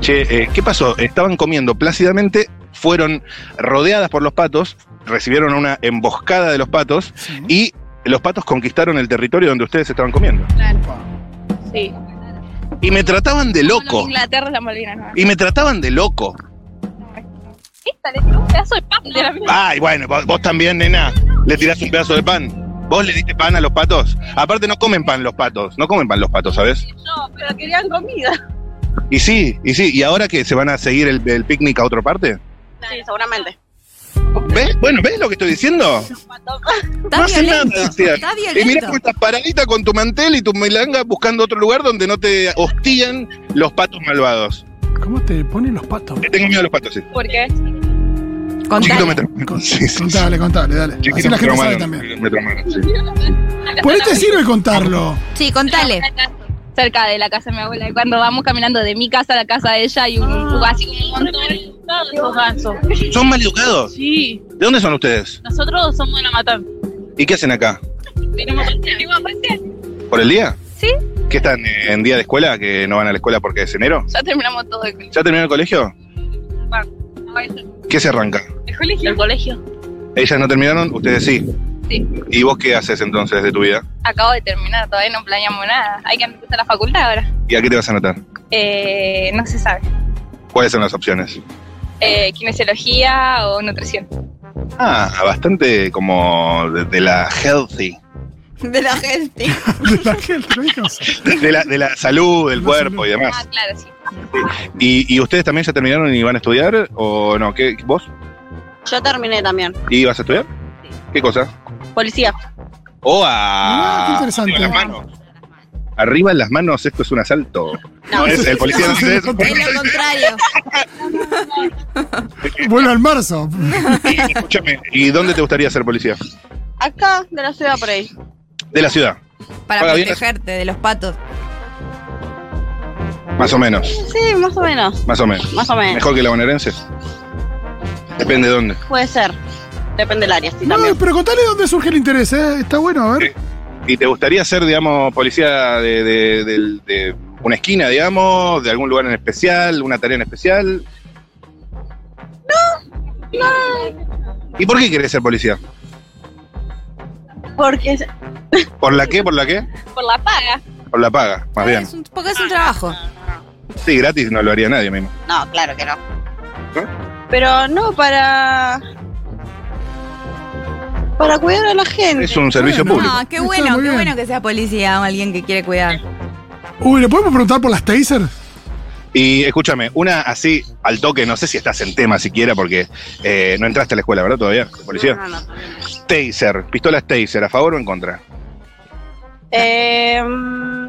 S3: Che, eh, ¿qué pasó? Estaban comiendo plácidamente, fueron rodeadas por los patos, recibieron una emboscada de los patos y los patos conquistaron el territorio donde ustedes estaban comiendo.
S4: Sí.
S3: Y me trataban de
S4: No, no,
S3: loco.
S4: Inglaterra es la Malvinas. No.
S3: Y me trataban de loco.
S4: Esta le tiró un pedazo de pan de la mía.
S3: Ay, bueno, vos, vos también, nena. Le tirás un pedazo de pan. ¿Vos le diste pan a los patos? Aparte no comen pan los patos, no comen pan los patos, ¿sabes?
S4: No, pero querían comida.
S3: Y sí, y sí, ¿y ahora que se van a seguir el, el picnic a otra parte?
S4: Sí, seguramente.
S3: ¿Ves? Bueno, ¿ves lo que estoy diciendo?
S2: Está
S3: no hacen
S2: violento,
S3: nada, decían.
S2: está
S3: Y mirá
S2: violento.
S3: cómo estás paradita con tu mantel y tu melanga buscando otro lugar donde no te hostian los patos malvados.
S1: ¿Cómo te ponen los patos?
S3: Le tengo miedo a los patos, sí.
S4: ¿Por qué?
S3: Chiquito
S2: Contale.
S3: me tra-
S1: Con-
S3: Sí, sí, sí.
S1: Contale, contale, dale.
S3: Chiquito
S1: Así la
S3: me
S1: gente sabe
S3: traumaron,
S1: también.
S3: me traumaron, sí.
S1: Por ahí te sirve contarlo.
S2: Sí, contale.
S4: Cerca de la casa de mi abuela. Y cuando vamos caminando de mi casa a la casa de ella, y un, un- así un montón de esos gansos.
S3: ¿Son maleducados?
S4: Sí,
S3: ¿De dónde son ustedes?
S4: nosotros somos de la Matanza.
S3: ¿Y qué hacen acá?
S4: Venimos venimos recién.
S3: ¿Por el día?
S4: Sí.
S3: ¿Qué están eh, en día de escuela? ¿Que no van a la escuela porque es enero?
S4: Ya terminamos todo el colegio.
S3: ¿Ya terminó el colegio?
S4: Ah, Bueno,
S3: ¿Qué se arranca?
S4: ¿El colegio? El colegio.
S3: ¿Ellas no terminaron? Ustedes sí.
S4: Sí.
S3: ¿Y vos qué haces entonces de tu vida?
S4: Acabo de terminar, todavía no planeamos nada. Hay que empezar la facultad ahora.
S3: ¿Y a qué te vas a anotar?
S4: Eh, no se sabe.
S3: ¿Cuáles son las opciones?
S4: Eh, kinesiología o nutrición.
S3: Ah, bastante como de, de la healthy.
S2: De la gente.
S1: De la gente, lo dijo.
S3: De la, de la salud, del
S1: La
S3: cuerpo
S1: salud.
S3: y
S4: Ah,
S3: demás.
S4: claro, sí.
S3: ¿Y, y ustedes también ya terminaron y van a estudiar? ¿O no? ¿Qué, ¿Vos?
S8: Yo terminé también.
S3: ¿Y vas a estudiar? ¿Qué cosa?
S8: Policía.
S3: ¡Oh!
S1: Ah, qué interesante.
S3: Arriba las manos. Arriba las manos, esto es un asalto.
S8: No.
S3: Es- el policía no dice eso.
S2: Es lo contrario.
S1: Vuelve al marzo.
S3: Escúchame, ¿y dónde te gustaría ser policía?
S8: Acá, de la ciudad por ahí.
S3: De la ciudad,
S2: Para
S3: Paga bien.
S2: protegerte de los patos.
S3: más o menos,
S8: Sí, más o menos.
S3: más o menos.
S8: Más o menos.
S3: Mejor que la bonaerense. Depende de dónde.
S8: Puede ser. Depende del área. Sí,
S1: No,
S8: también.
S1: pero contale dónde surge el interés, ¿eh? Está bueno, a ver.
S3: ¿Y te gustaría ser, digamos, policía de, de- del- de una esquina, digamos, de algún lugar en especial, una tarea en especial? No, no. ¿Y por qué querés ser policía?
S8: Porque
S3: ¿Por la qué? ¿Por la qué?
S4: Por la paga.
S3: Por la paga, más bien. Ah,
S2: Es un- porque es un trabajo.
S3: Sí, gratis no lo haría nadie mismo.
S8: No, claro que no.
S9: ¿Eh?
S8: Pero no para. Para cuidar a la gente.
S3: Es un servicio
S1: Bueno,
S3: público.
S2: No, qué
S1: Está
S2: bueno,
S1: muy
S2: qué
S1: bien.
S2: bueno que sea policía o alguien que quiere cuidar.
S1: Uy, ¿le podemos preguntar por las tasers?
S3: Y escúchame, una así al toque, no sé si estás en tema siquiera porque eh, no entraste a la escuela, ¿verdad? Todavía, de policía.
S8: No, no, no, también no.
S3: Taser, pistolas taser, ¿a favor o en contra?
S8: Eh, mm,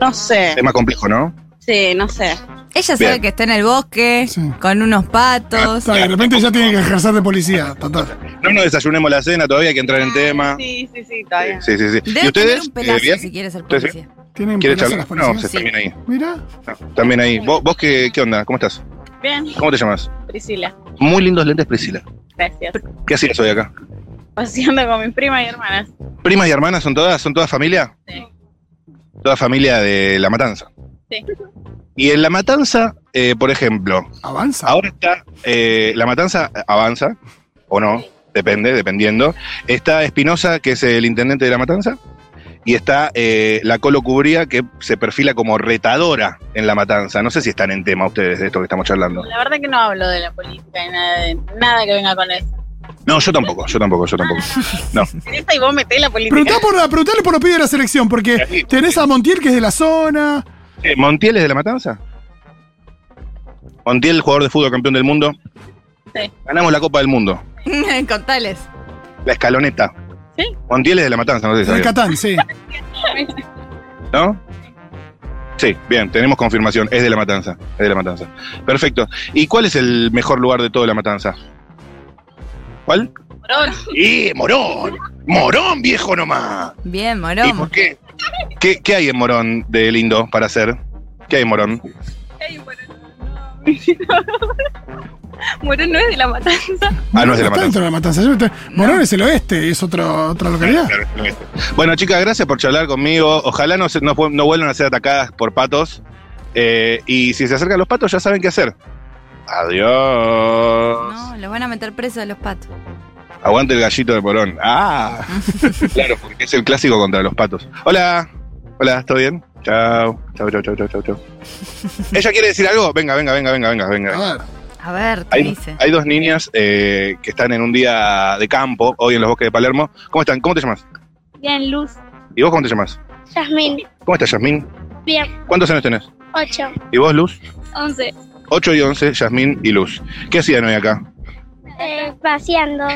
S8: no sé.
S3: Es más complejo, ¿no?
S8: Sí, no sé.
S2: Ella
S3: Bien. Ah.
S2: sabe que está en el bosque,
S1: Sí.
S2: con unos patos.
S1: Está, de repente ya tiene que ejercer de policía. Total.
S3: No nos desayunemos la cena, todavía hay que entrar en tema.
S8: Sí, sí, sí, todavía.
S3: Sí, sí, sí.
S2: Debe
S3: ¿Y
S2: tener
S3: ustedes?
S2: un pelazo
S3: Eh, ¿Bien?
S2: si quiere ser
S3: ¿Ustedes bien?
S2: policía.
S1: ¿Tienen
S3: ¿Quieres
S1: pelazo
S3: charlar?
S1: las
S3: No, se
S1: policías?
S3: termina ahí.
S1: Mira,
S3: No, también ahí. ¿Vos, vos qué, qué onda? ¿Cómo estás?
S8: Bien,
S3: ¿Cómo te llamas?
S8: Priscila,
S3: Muy lindos lentes, Priscila.
S8: gracias.
S3: ¿Qué hacías hoy acá?
S8: Paseando con mis primas y hermanas.
S3: ¿Primas y hermanas son todas? ¿Son todas familia?
S8: Sí.
S3: Toda familia de La Matanza.
S8: Sí.
S3: Y en La Matanza, eh, por ejemplo,
S1: avanza.
S3: ahora está. eh, la Matanza avanza, o no, depende, dependiendo. Está Espinosa, que es el intendente de La Matanza. Y está eh, la Colo Cubría, que se perfila como retadora en La Matanza. No sé si están en tema ustedes de esto que estamos charlando.
S8: La verdad que no hablo de la política y nada, de- nada que venga con eso.
S3: No, yo tampoco, yo tampoco, yo tampoco.
S8: Esta y vos metés la política.
S1: Preguntá por, preguntale por los pibes de la selección, porque tenés a Montiel, que es de la zona.
S3: Eh, ¿Montiel es de la matanza? Montiel, jugador de fútbol, campeón del mundo.
S8: Sí.
S3: Ganamos la Copa del Mundo.
S2: Contales.
S3: La escaloneta.
S8: Sí.
S3: Montiel es de la matanza, no sé si
S1: De
S3: sabías,
S1: Catán, sí.
S3: ¿No? Sí, bien, tenemos confirmación. Es de la matanza. Es de la matanza. Perfecto. ¿Y cuál es el mejor lugar de toda la matanza? ¿Cuál?
S8: Morón.
S3: ¡Y Morón! ¡Morón, viejo nomás!
S2: Bien,
S3: ¿Y
S2: morón.
S3: por qué? qué? qué hay en Morón de lindo para hacer? ¿Qué hay en Morón?
S4: Ay, bueno, no. Morón no es de la matanza.
S3: Ah, no es de
S1: Está
S3: la matanza.
S1: dentro de la matanza. Yo te- Morón es el oeste, es otra otra localidad.
S3: Claro, claro. Bueno, chicas, gracias por charlar conmigo. Ojalá no, se- no, fu- no vuelvan a ser atacadas por patos. Eh, y si se acercan los patos, ya saben qué hacer. Adiós.
S2: No, los van a meter preso de los patos.
S3: Aguante el gallito de porón. Ah, claro, porque es el clásico contra los patos. Hola. Hola, ¿todo bien? Chao. Chao, chao, chao, chao, chao, chao. ¿Ella quiere decir algo? Venga, venga, venga, venga, venga, venga.
S1: A ver,
S2: A ver, te
S3: Hay,
S2: dice.
S3: hay dos niñas eh, que están en un día de campo, hoy en los bosques de Palermo. ¿Cómo están? ¿Cómo te llamas?
S6: Bien, Luz.
S3: ¿Y vos cómo te llamas?
S6: Yasmín,
S3: ¿Cómo estás, Yasmín?
S6: bien.
S3: ¿Cuántos años tenés?
S6: 8,
S3: ¿Y vos, Luz?
S6: 11.
S3: 8 y 11, Yasmín y Luz. ¿Qué hacían hoy acá?
S6: Eh, paseando.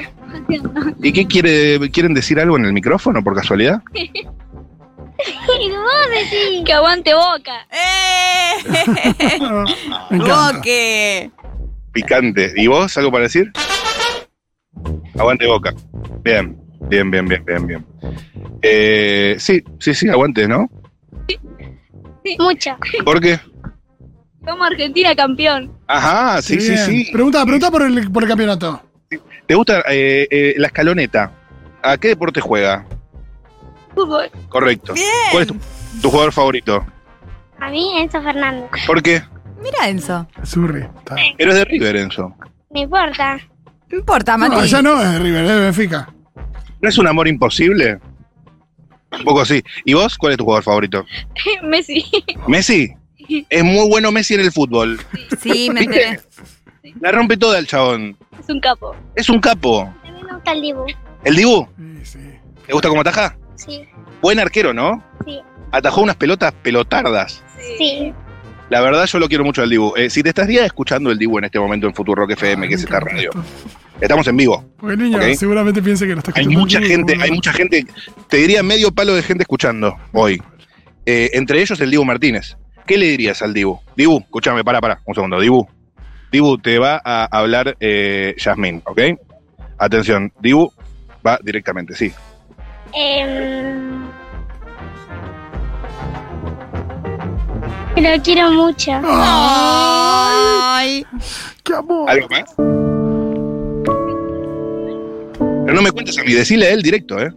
S3: ¿Y qué quiere, quieren decir algo en el micrófono, por casualidad?
S6: Y vos decís.
S4: Que aguante boca.
S2: ¡Eh!
S1: me encanta.
S2: ¡Boque!
S3: Picante. ¿Y vos, algo para decir? Aguante boca. Bien, bien, bien, bien, bien, bien. Eh, sí, sí, sí, aguante, ¿no?
S6: Mucho.
S3: ¿Por qué?
S4: Como Argentina campeón.
S3: Ajá, sí, sí,
S1: Bien.
S3: sí.
S1: Pregunta, pregunta por el, por el campeonato.
S3: ¿Te gusta eh, eh, la escaloneta? ¿A qué deporte juega?
S6: Fútbol.
S3: Correcto. ¿Cuál es tu,
S2: Bien.
S3: tu jugador favorito?
S6: A mí, Enzo Fernández.
S3: ¿Por qué?
S2: Mira, Enzo.
S1: Surri. está.
S3: Pero es de River, Enzo.
S6: No importa.
S2: No importa, Mati.
S1: No, ya no es de River, es de Benfica.
S3: ¿No es un amor imposible? Un poco sí. ¿Y vos cuál es tu jugador favorito?
S4: Messi.
S3: Messi. Es muy bueno Messi en el fútbol.
S2: Sí, me
S3: ¿Viste?
S2: enteré.
S3: La rompe toda el chabón.
S4: Es un capo.
S3: Es un capo.
S6: A mí me gusta el dibujo.
S3: ¿El Dibu?
S1: Sí, sí.
S3: ¿Te gusta cómo ataja?
S6: Sí.
S3: Buen arquero, ¿no?
S6: Sí.
S3: Atajó unas pelotas pelotardas.
S6: Sí.
S3: La verdad, yo lo quiero mucho al Dibu. Eh, si te estaría escuchando el Dibu en este momento en Futuro Rock
S1: Ah,
S3: FM, que es esta radio, estamos en vivo.
S1: Porque el niño
S3: Ok.
S1: seguramente piensa que lo está
S3: Hay
S1: escuchando
S3: mucha
S1: el Dibu,
S3: gente,
S1: boludo.
S3: hay mucha gente, te diría medio palo de gente escuchando hoy. Eh, entre ellos el Dibu Martínez. ¿Qué le dirías al Dibu? Dibu, escúchame, para, para, un segundo, Dibu. Dibu, te va a hablar eh, Yasmín, ¿ok? Atención, Dibu va directamente, sí.
S6: Em, que Lo quiero mucho.
S2: ¡Ay!
S1: ¡Ah, ¡Qué amor!
S3: ¿Algo más? Pero no me cuentes a mí, decile a él directo, ¿eh?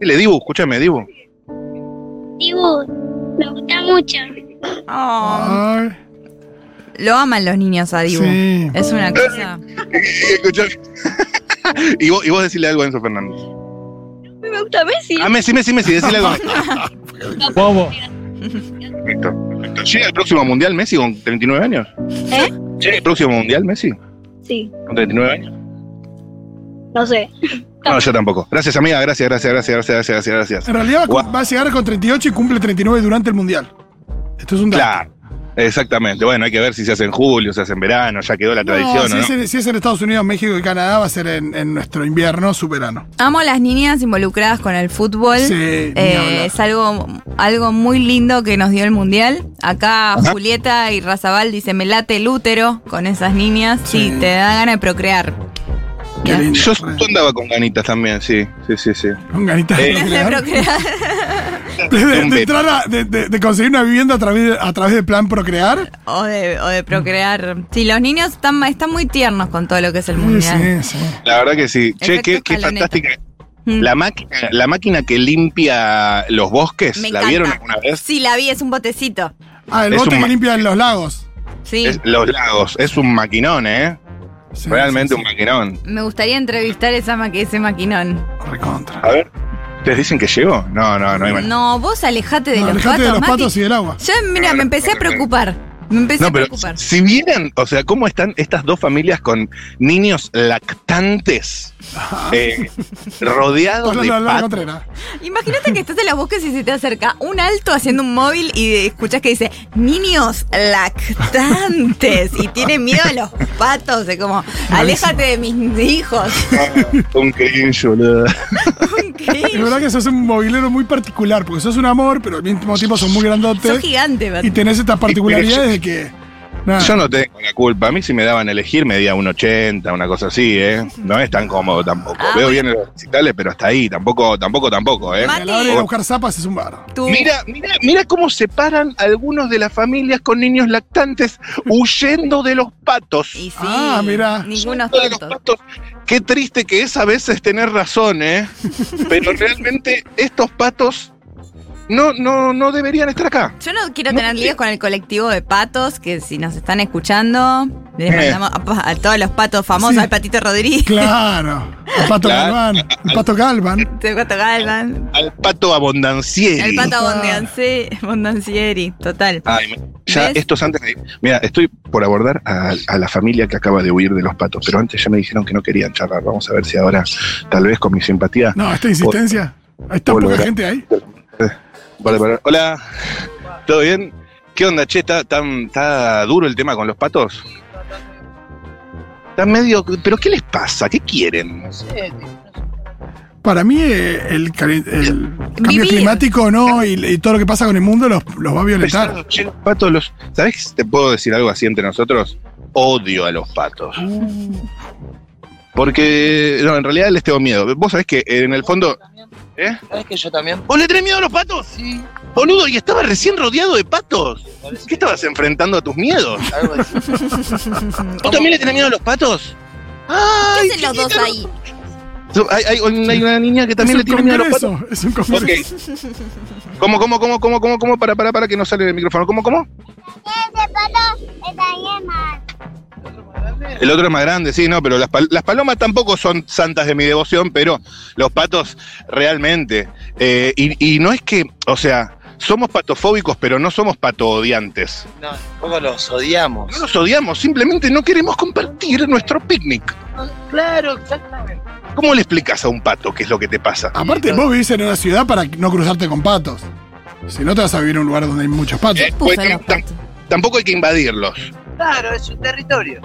S3: Dile, Dibu, escúchame, Dibu.
S6: Dibu, me gusta mucho.
S2: Oh.
S1: Ay,
S2: Lo aman los niños a Dibu.
S1: sí.
S2: Es una cosa.
S3: Escuchame. y, vos, y vos decile algo a Enzo Fernández.
S4: pregunta, Messi.
S3: Ah, Messi, Messi, Messi, decile algo.
S10: Bobo.
S3: Perfecto, perfecto. ¿Llega el próximo mundial Messi con 39 años?
S4: ¿Eh?
S3: ¿Llega el próximo mundial Messi
S4: Sí,
S3: con 39 años?
S4: no sé.
S3: No, yo tampoco. Gracias, amiga. Gracias, gracias, gracias, gracias, gracias, gracias.
S1: En realidad va,
S3: Guau.
S1: va a llegar con 38 y cumple 39 durante el mundial. Esto es un dato.
S3: Claro, exactamente. Bueno, hay que ver si se hace en julio, se hace en verano, ya quedó la
S1: No,
S3: tradición,
S1: si,
S3: ¿o ¿no?
S1: es, en- si es en Estados Unidos, México y Canadá, va a ser en, en nuestro invierno, su verano.
S2: Amo a las niñas involucradas con el fútbol.
S1: Sí,
S2: Eh,
S1: ni hablar.
S2: es algo, algo muy lindo que nos dio el mundial. Acá Julieta y Razabal dice, me late el útero con esas niñas. Sí,
S1: Sí.
S2: te da ganas de procrear.
S1: Qué lindo.
S3: Yo,
S1: re.
S3: yo andaba con ganitas también, sí, sí, sí, sí.
S1: Con ganitas de
S3: Eh.
S2: Ganas de
S1: procrear.
S2: procrear.
S1: De, de- de
S3: Un bebé.
S1: entrar a- de- de- de conseguir una vivienda a través, de- a través de plan procrear.
S2: O de, o de procrear. Sí, los niños están, están muy tiernos con todo lo que es el
S1: Sí,
S2: mundial.
S1: sí, sí.
S3: La verdad que sí. Che,
S2: Efecto
S3: qué, qué
S2: escaloneta.
S3: fantástica.
S2: Mm.
S3: La máquina, la máquina que limpia los bosques,
S2: Me
S3: ¿la
S2: encanta.
S3: vieron alguna vez?
S2: Sí, la vi, es un botecito.
S1: Ah, el
S3: Es
S1: bote
S3: un
S1: que
S3: ma-
S1: limpia los lagos.
S2: Sí.
S3: Es- los lagos, es un maquinón, ¿eh?
S1: Sí,
S3: Realmente
S1: sí,
S3: un maquinón.
S2: Me gustaría entrevistar esa ma ese maquinón.
S1: sí. Recontra.
S3: A ver, ¿ustedes dicen que llegó? No, no, no hay manera.
S2: No, vos alejate de
S1: No,
S2: los
S1: alejate
S2: patos,
S1: de los
S2: Mati.
S1: patos y del agua.
S2: Yo, mira, me empecé a preocupar. Me empecé
S3: No,
S2: a
S3: pero
S2: preocupar.
S3: si vieran, o sea, cómo están estas dos familias con niños lactantes eh, rodeados
S1: Hablando
S3: de
S1: de la
S3: patos.
S1: contrera.
S2: Imagínate que estás en los bosques y se te acerca un alto haciendo un móvil y escuchas que dice niños lactantes y tiene miedo a los patos. Es como, aléjate de mis hijos.
S3: Un cringe, boludo.
S1: Es verdad que sos un movilero muy particular, porque sos un amor, pero al mismo tiempo son muy
S2: Sos
S1: grandotes.
S2: gigante,
S1: Y
S2: Mati.
S1: tenés estas particularidades de que. Nada,
S3: Yo no tengo la culpa. A mí si me daban a elegir me día un 80, una cosa así, ¿eh? No es tan cómodo tampoco.
S2: Ah,
S3: Veo bien los recitales, pero hasta ahí. Tampoco, tampoco, tampoco, ¿eh?
S1: a
S2: Mati.
S1: la hora de ir a buscar zapas es un bar.
S2: Tú-
S3: Mira, mira, mira cómo separan algunos de las familias con niños lactantes huyendo de los patos.
S2: Y sí,
S1: Ah, mira.
S2: ninguno
S3: Lo de los
S2: tontos.
S3: patos. Qué triste que es a veces tener razón, ¿eh? Pero realmente estos patos no, no, no deberían estar acá.
S2: Yo no quiero
S3: No,
S2: tener
S3: sí.
S2: líos con el colectivo de patos, que si nos están escuchando, les
S3: Eh.
S2: mandamos a, pa- a todos los patos famosos,
S1: Sí.
S2: al patito Rodríguez,
S1: Claro. El pato
S3: Claro.
S1: Galván. El pato Galván.
S2: el pato Galván,
S3: Al pato abondancieri.
S2: el pato
S1: Ah.
S2: Bondanci- Bondancieri, total.
S3: Ay, me- ya
S2: ¿Ves?
S3: estos antes de- Mira, estoy por abordar a, a la familia que acaba de huir de los patos, pero antes ya me dijeron que no querían charlar. Vamos a ver si ahora, tal vez con mi simpatía.
S1: No, esta insistencia. Hay tan
S3: Hola,
S1: poca
S3: hola.
S1: gente ahí.
S3: Vale, vale. Hola, ¿todo bien? ¿Qué onda, che? ¿Está tan está duro el tema con los patos? Está medio. ¿Pero qué les pasa? ¿Qué quieren?
S1: Para mí, eh, el, cali- el cambio
S2: Vivir.
S1: climático no y, y todo lo que pasa con el mundo los, los va a violentar.
S3: Pesados, che, los patos los. ¿Sabes? Te puedo decir algo así entre nosotros. Odio a los patos. Porque. No, en realidad les tengo miedo. Vos sabés que en el fondo. ¿Eh?
S9: ¿Sabes que yo también?
S3: ¿Vos le tenés miedo a los patos?
S9: Sí.
S3: Boludo, y estaba recién rodeado de patos.
S9: parece
S3: ¿Qué estabas enfrentando a tus miedos?
S9: Algo así.
S3: ¿Vos también le tenés miedo a los patos? Ay,
S2: ¿Qué hacen los dos
S3: chiquita,
S2: ahí?
S3: So, Hay, hay- hay una niña que también
S1: es
S3: le
S1: un
S3: tiene miedo a los patos.
S1: congreso, Es un congreso.
S3: Ok. ¿Cómo, cómo, cómo, cómo, cómo, cómo? Para, para, para que no sale el micrófono. ¿Cómo, cómo?
S6: Ese pato está bien mal.
S3: El otro es más grande, sí, no, pero las, pal- las palomas tampoco son santas de mi devoción, pero los patos realmente. Eh, y, y no es que, o sea, somos patofóbicos, pero no somos patoodiantes.
S9: No, tampoco los odiamos.
S3: No los odiamos, simplemente no queremos compartir nuestro picnic.
S9: Claro, exactamente.
S3: ¿Cómo le explicas a un pato qué es lo que te pasa?
S1: Aparte, vos vivís en una ciudad para no cruzarte con patos. Si no, te vas a vivir en un lugar donde hay muchos patos.
S3: Eh,
S2: Puso
S3: pues,
S2: los
S3: tam-
S2: patos.
S3: tampoco hay que invadirlos.
S9: Claro, es un territorio.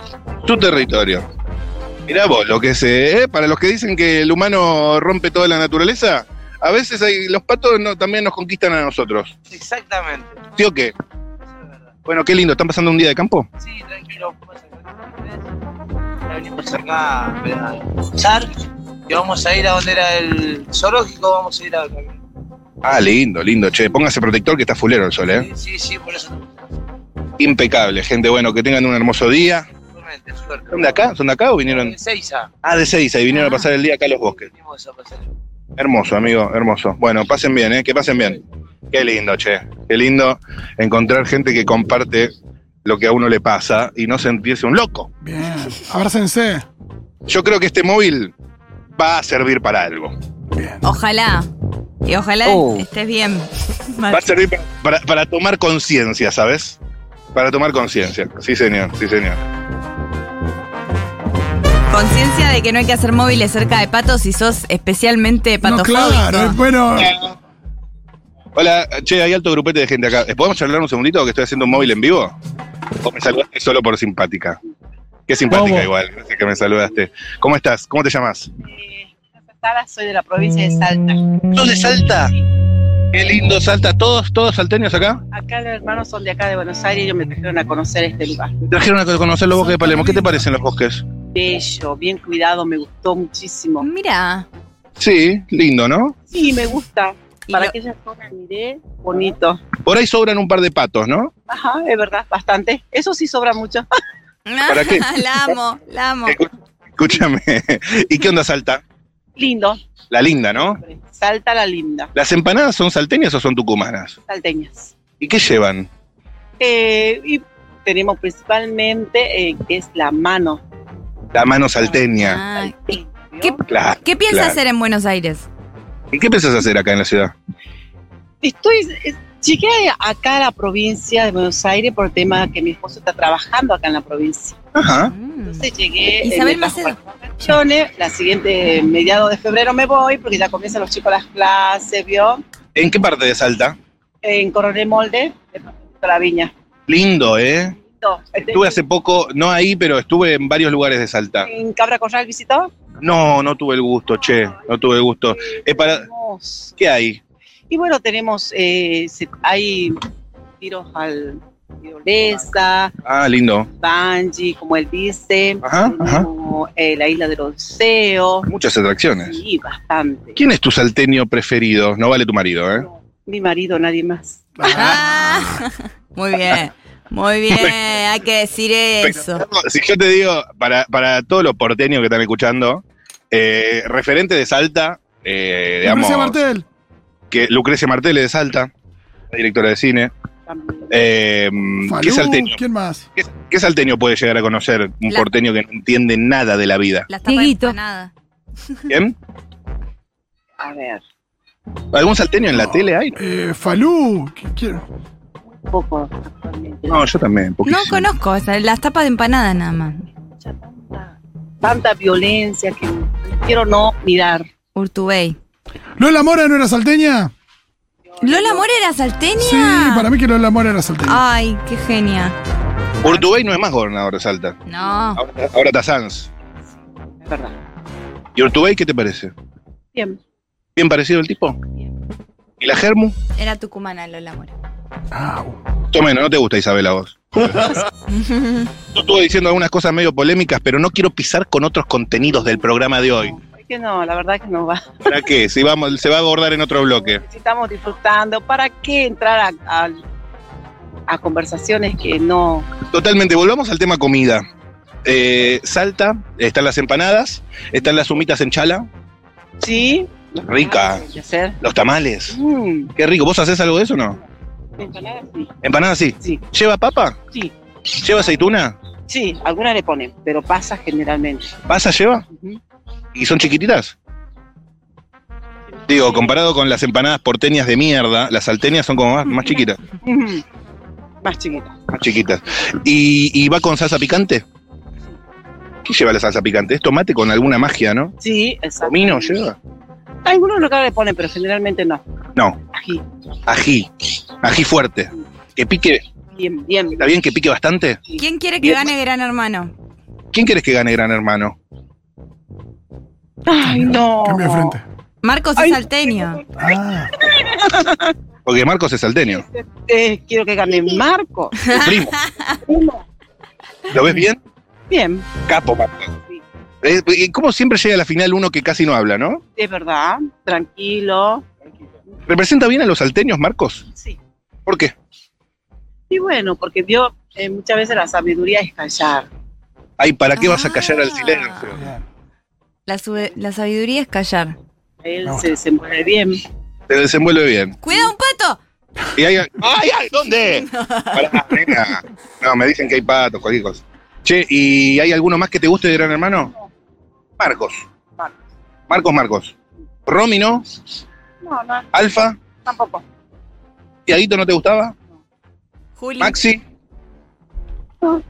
S3: Tu territorio. Mirá vos, lo que sé, ¿eh? para los que dicen que el humano rompe toda la naturaleza, a veces hay, los patos no- también nos conquistan a nosotros.
S9: Exactamente.
S3: ¿Sí o qué?
S9: Eso es verdad.
S3: Bueno, qué lindo, ¿están pasando un día de campo?
S9: Sí, tranquilo. vamos a sacar- Ya venimos acá a pensar y vamos a ir a donde era el zoológico, vamos a ir a caminar.
S3: Ah, lindo, lindo, che, póngase protector que está fulero el sol, ¿eh?
S9: Sí, sí, por eso
S3: Impecable, gente, bueno, que tengan un hermoso día.
S9: totalmente, suerte.
S3: ¿Son de acá? ¿Son de acá o vinieron?
S9: De Seiza.
S3: Ah, de seis, ahí vinieron a pasar el día acá a los bosques.
S9: Venimos a pasar.
S3: Hermoso, amigo, hermoso. Bueno, pasen bien, ¿eh? Que pasen bien. Qué lindo, che. Qué lindo encontrar gente que comparte lo que a uno le pasa y no sentirse un loco.
S1: Bien. Abrácense.
S3: Yo creo que este móvil va a servir para algo.
S1: Bien.
S2: Ojalá. Y ojalá
S3: Uh.
S7: Oh.
S2: estés bien.
S3: Va a servir para, para- para tomar conciencia, ¿sabes? Para tomar conciencia. Sí, señor, sí, señor.
S2: Conciencia de que no hay que hacer móviles cerca de patos si sos especialmente
S1: No,
S2: patofóbico.
S1: claro, eh, bueno.
S3: Hola, che, hay alto grupete de gente acá. ¿Eh, ¿Podemos charlar un segundito que estoy haciendo un móvil en vivo? ¿O me saludaste solo por simpática? Qué simpática
S10: ¿Cómo?
S3: igual, gracias que me saludaste. ¿Cómo estás? ¿Cómo te llamas?
S8: Sara, soy de la provincia de Salta.
S3: ¿Sos de Salta? Qué lindo Salta. ¿Todos, todos salteños acá?
S8: Acá los hermanos son de acá de Buenos Aires y ellos me trajeron a conocer este lugar.
S3: Trajeron a conocer los bosques de Palermo. ¿Qué te parecen los bosques?
S8: Bello, bien cuidado, me gustó muchísimo.
S2: Mira,
S3: Sí, lindo, ¿no?
S8: Sí, me gusta.
S2: Y
S8: Para
S2: lo-
S8: aquellas zonas miré, bonito.
S3: Por ahí sobran un par de patos, ¿no?
S8: Ajá, es verdad, bastante. Eso sí sobra mucho. Ah,
S3: ¿Para qué?
S2: Ah, la amo, la amo.
S3: Escúchame. ¿Y qué onda Salta?
S8: Lindo.
S3: La linda, ¿no?
S8: Salta la linda,
S3: ¿Las empanadas son salteñas o son tucumanas?
S8: salteñas.
S3: ¿Y qué llevan?
S8: Eh, y tenemos principalmente eh, que es la mano.
S3: La mano salteña.
S2: Ah,
S8: ¿no?
S2: ¿Qué-
S3: Claro.
S2: ¿Qué piensas
S3: claro.
S2: hacer en Buenos Aires?
S3: ¿Y qué pensás hacer acá en la ciudad?
S8: Estoy, eh, llegué acá a la provincia de Buenos Aires por el tema que mi esposo está trabajando acá en la provincia.
S3: Ajá.
S2: Mm.
S8: Entonces llegué... eh,
S2: Isabel
S8: me trajo
S2: Macedo.
S8: para las vacaciones. La siguiente, mediados de febrero me voy porque ya comienzan los chicos las clases, ¿vio?
S3: ¿En qué parte de Salta?
S8: En Coronel Molde, de la viña. Este,
S3: Lindo, ¿eh?
S8: No,
S3: Estuve hace poco, no ahí, pero estuve en varios lugares de Salta.
S8: ¿En Cabra Corral visitó?
S3: No, no tuve el gusto, che. No tuve el gusto. Es para...
S8: Hermoso.
S3: ¿Qué hay?
S8: Y bueno, tenemos, eh, se- hay tiros al tirolesa,
S3: Ah, lindo.
S8: bungee, como él dice,
S3: Ajá, ajá.
S8: como, eh, la isla del Onceo,
S3: Muchas atracciones.
S8: sí, bastante.
S3: ¿Quién es tu salteño preferido? No vale tu marido, ¿eh?
S8: No, Mi marido, nadie más.
S2: Ah, muy bien, muy bien, hay que decir eso.
S3: Pero, Si yo te digo, para, para todos los porteños que están escuchando, eh, referente de Salta, eh, digamos,
S1: Lucrecia Martel.
S3: que Lucrecia Martel es de Salta, la directora de cine.
S8: También.
S3: Eh, ¿Qué
S1: Falú,
S3: salteño?
S1: ¿Quién más?
S3: ¿Qué, qué salteño puede llegar a conocer un
S2: La-
S3: porteño que no entiende nada de la vida?
S2: Las tapas de
S11: Dieguito.
S2: empanada.
S3: ¿Bien?
S8: A ver,
S3: ¿Algún salteño en la tele hay?
S1: Eh, Falú. ¿qui- quién?
S8: un poco actualmente.
S3: No, yo también.
S2: No
S3: poquísimo.
S2: conozco, o sea, las tapas de empanada nada más.
S8: Mucha tanta, tanta violencia que quiero no mirar.
S2: Urtubey.
S1: ¿Lola Mora no era salteña?
S2: ¿Lola Mora era salteña?
S1: Sí, para mí que Lola Mora era salteña.
S2: Ay, qué genia.
S3: Urtubey no es más gobernador de Salta.
S2: No.
S3: Ahora, ahora está Sanz.
S8: Es verdad.
S3: ¿Y Urtubey qué te parece?
S8: Bien.
S3: ¿Bien parecido el tipo? ¿Y la Germu?
S2: Era tucumana Lola Mora.
S1: Au.
S3: Tomeno, no te gusta Isabel a vos. Yo estuve diciendo algunas cosas medio polémicas, pero no quiero pisar con otros contenidos del programa de hoy.
S8: No, es que no, la verdad que no va.
S3: ¿Para qué? Si vamos, se va a abordar en otro bloque.
S8: Si estamos disfrutando, ¿para qué entrar a, a- a conversaciones que no...
S3: Totalmente, volvamos al tema comida. Eh, Salta, están las empanadas, están las humitas en chala,
S8: Ah, Sí.
S3: Rica.
S8: ¿Qué hacer?
S3: los tamales.
S8: Mm,
S3: Qué rico, ¿vos hacés algo de eso o no?
S8: empanadas, sí.
S3: Empanadas sí.
S8: Sí,
S3: ¿Lleva papa?
S8: Sí.
S3: ¿Lleva aceituna?
S8: sí, algunas le ponen, pero pasa generalmente.
S3: ¿Pasa lleva?
S8: Ujú.
S3: ¿Y son chiquititas? Digo, comparado con las empanadas porteñas de mierda, las salteñas son como más, más chiquitas.
S8: Mm, Más chiquita.
S3: Más chiquitas. ¿Y, y va con salsa picante? ¿Qué lleva la salsa picante? Es tomate con alguna magia, ¿no?
S8: Sí, exacto.
S3: ¿Comino lleva?
S8: Algunos lugares le ponen, pero generalmente no.
S3: No,
S8: Ají,
S3: ají. Ají fuerte. Que pique,
S8: bien, bien.
S3: ¿está bien que pique bastante?
S2: ¿Quién quiere que
S3: Bien.
S2: gane Gran Hermano?
S3: ¿Quién querés que gane Gran Hermano?
S8: Ay, no.
S1: Cambio de frente.
S2: Marcos es
S8: Ay.
S2: salteño.
S1: Ah,
S3: Porque Marcos es salteño.
S8: Eh, quiero que gane Marco.
S3: Tu primo. ¿Lo ves bien?
S8: Bien,
S3: Capo, Marcos.
S8: Sí.
S3: Eh, y ¿Cómo siempre llega a la final uno que casi no habla, no?
S8: es verdad. Tranquilo.
S3: ¿Representa bien a los salteños, Marcos?
S8: Sí.
S3: ¿Por qué?
S8: Y bueno, porque vio, eh, muchas veces la sabiduría es callar.
S3: Ay, ¿para qué vas a callar al
S2: Ah.
S3: silencio?
S2: La, sube- la sabiduría es callar.
S8: Él
S1: Me gusta.
S8: se desenvuelve bien.
S3: Te desenvuelve bien.
S2: ¡Cuida un pato!
S3: Y hay, ¡Ay, ay! ¿Dónde? Pará, nena. No, me dicen que hay patos, cualquier cosa. Che, ¿y hay alguno más que te guste de Gran Hermano? Marcos. Marcos Marcos. Romy, ¿no?
S4: No, no,
S3: Alfa,
S4: tampoco.
S3: Tiaguito, ¿no te gustaba?
S2: Juli.
S3: Maxi. No,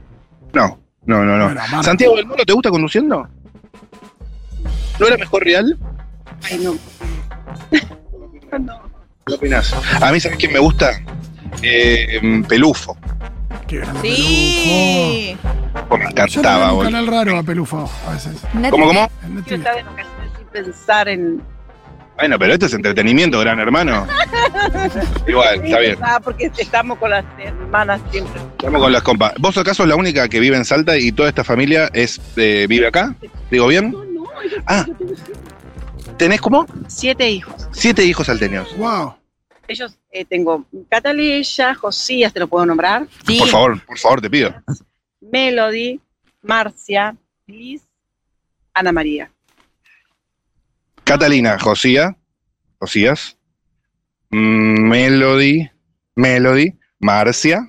S3: no, no, no.
S1: Bueno, Marco.
S3: Santiago del Moro, ¿te gusta conduciendo? ¿No era mejor Real?
S8: Ay, no.
S3: ¿Qué opinás? A mí, ¿sabes quién me gusta? Eh, Pelufo.
S1: Qué grande,
S2: Sí.
S3: Porque
S1: Pelufo. Yo tengo
S3: me encantaba,
S1: un
S3: boludo.
S1: canal raro a Pelufo a veces.
S2: Nati-
S3: ¿Cómo, cómo?
S1: En Netflix.
S8: Quiero estar de vacaciones sin pensar en.
S3: Bueno, pero esto es entretenimiento, gran hermano. Igual, está bien.
S8: Ah, porque estamos con las hermanas siempre.
S3: Estamos con las compas. ¿Vos acaso es la única que vive en Salta y toda esta familia es eh, vive acá? ¿Digo bien?
S8: No, no,
S3: Ah. ¿Tenés como?
S8: Siete hijos.
S3: Siete hijos salteños.
S1: Wow.
S8: Ellos eh, tengo Catalina, Josías, te lo puedo nombrar.
S2: Sí.
S3: Por favor, por favor, te pido.
S8: Melody, Marcia, Liz, Ana María.
S3: Catalina, Josía, Josías, mm, Melody, Melody, Marcia,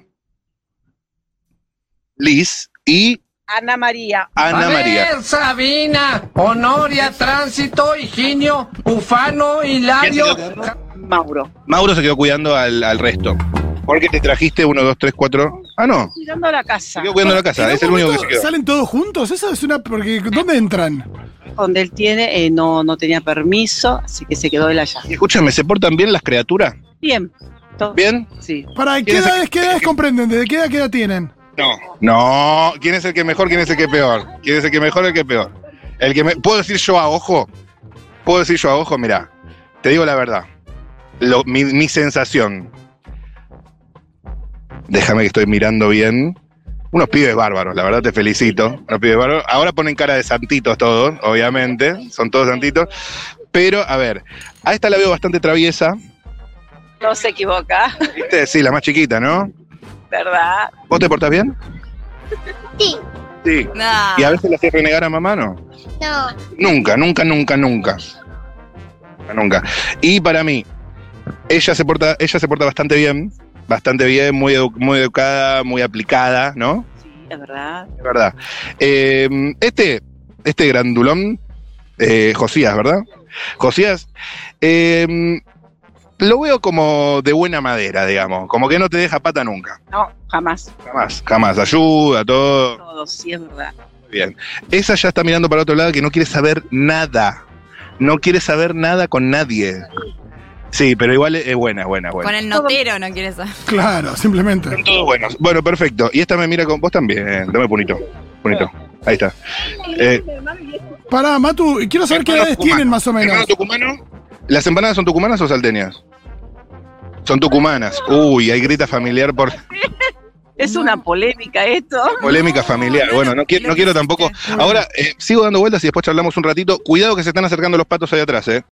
S3: Liz y
S8: Ana María.
S3: Ana María.
S10: Sabina, Honoria, Tránsito, Higinio, Ufano, Hilario.
S8: Mauro.
S3: Mauro se quedó cuidando al, al resto. Porque te trajiste uno, dos, tres, cuatro. Ah, no.
S8: Cuidando la casa.
S3: Se quedó cuidando la
S1: ¿En
S3: casa.
S1: un
S3: Es el único que
S1: momento
S3: se quedó.
S1: ¿Salen todos juntos? Esa es una. Porque, ¿Dónde entran?
S8: Donde él tiene, eh, no, no tenía permiso, así que se quedó él allá.
S3: Y Escúchame, ¿se portan bien las criaturas?
S8: Bien. Todo-
S3: ¿Bien?
S8: Sí.
S1: ¿Para qué
S3: ¿Quién es el-
S1: edades, qué edades comprenden? ¿Desde qué edad, qué edad tienen?
S3: No. No. ¿Quién es el que mejor? ¿Quién es el que peor? ¿Quién es el que mejor? ¿El que peor? El que me... ¿Puedo decir yo a ojo? ¿Puedo decir yo a ojo? Mirá, te digo la verdad. Lo- mi, mi sensación. Déjame que estoy mirando bien. Unos pibes bárbaros, la verdad te felicito. Unos pibes bárbaros. Ahora ponen cara de santitos todos, obviamente. Son todos santitos. Pero, a ver, a esta la veo bastante traviesa.
S8: No se equivoca,
S3: ¿Viste? Sí, la más chiquita, ¿no?
S8: ¿verdad?
S3: ¿Vos te portás bien?
S6: Sí.
S3: Sí.
S2: Nah.
S3: ¿Y a veces la hacías renegar a mamá, no?
S6: No.
S3: Nunca, nunca, nunca, nunca. Nunca, Nunca. Y para mí, ella se porta, ella se porta bastante bien, bastante bien, muy, edu- muy educada, muy aplicada, ¿no?
S8: Sí, es verdad.
S3: Es verdad. Eh, este, este grandulón, eh, Josías, ¿verdad? Josías, eh, lo veo como de buena madera, digamos, como que no te deja pata nunca.
S8: No, jamás.
S3: Jamás, jamás. Ayuda, todo.
S8: Todos, sí, es verdad.
S3: Bien. Esa ya está mirando para otro lado que no quiere saber nada. No quiere saber nada con nadie. Sí, pero igual es es buena, es buena, es
S2: Con
S3: buena.
S2: el notero no quieres saber.
S1: Claro, simplemente.
S3: Son todos buenos. Bueno, perfecto. Y esta me mira con vos también. Dame punito. Punito. Ahí está. Eh,
S1: Pará, Matu, quiero saber qué
S3: Hermano
S1: edades
S3: tucumano.
S1: tienen más o menos.
S3: hermano tucumano, ¿las empanadas son tucumanas o salteñas? Son tucumanas. Uy, hay grita familiar por
S8: Es una polémica esto.
S3: polémica familiar. Bueno, no, qui- no quiero tampoco. Ahora, eh, sigo dando vueltas y después charlamos un ratito. Cuidado que se están acercando los patos ahí atrás, ¿eh?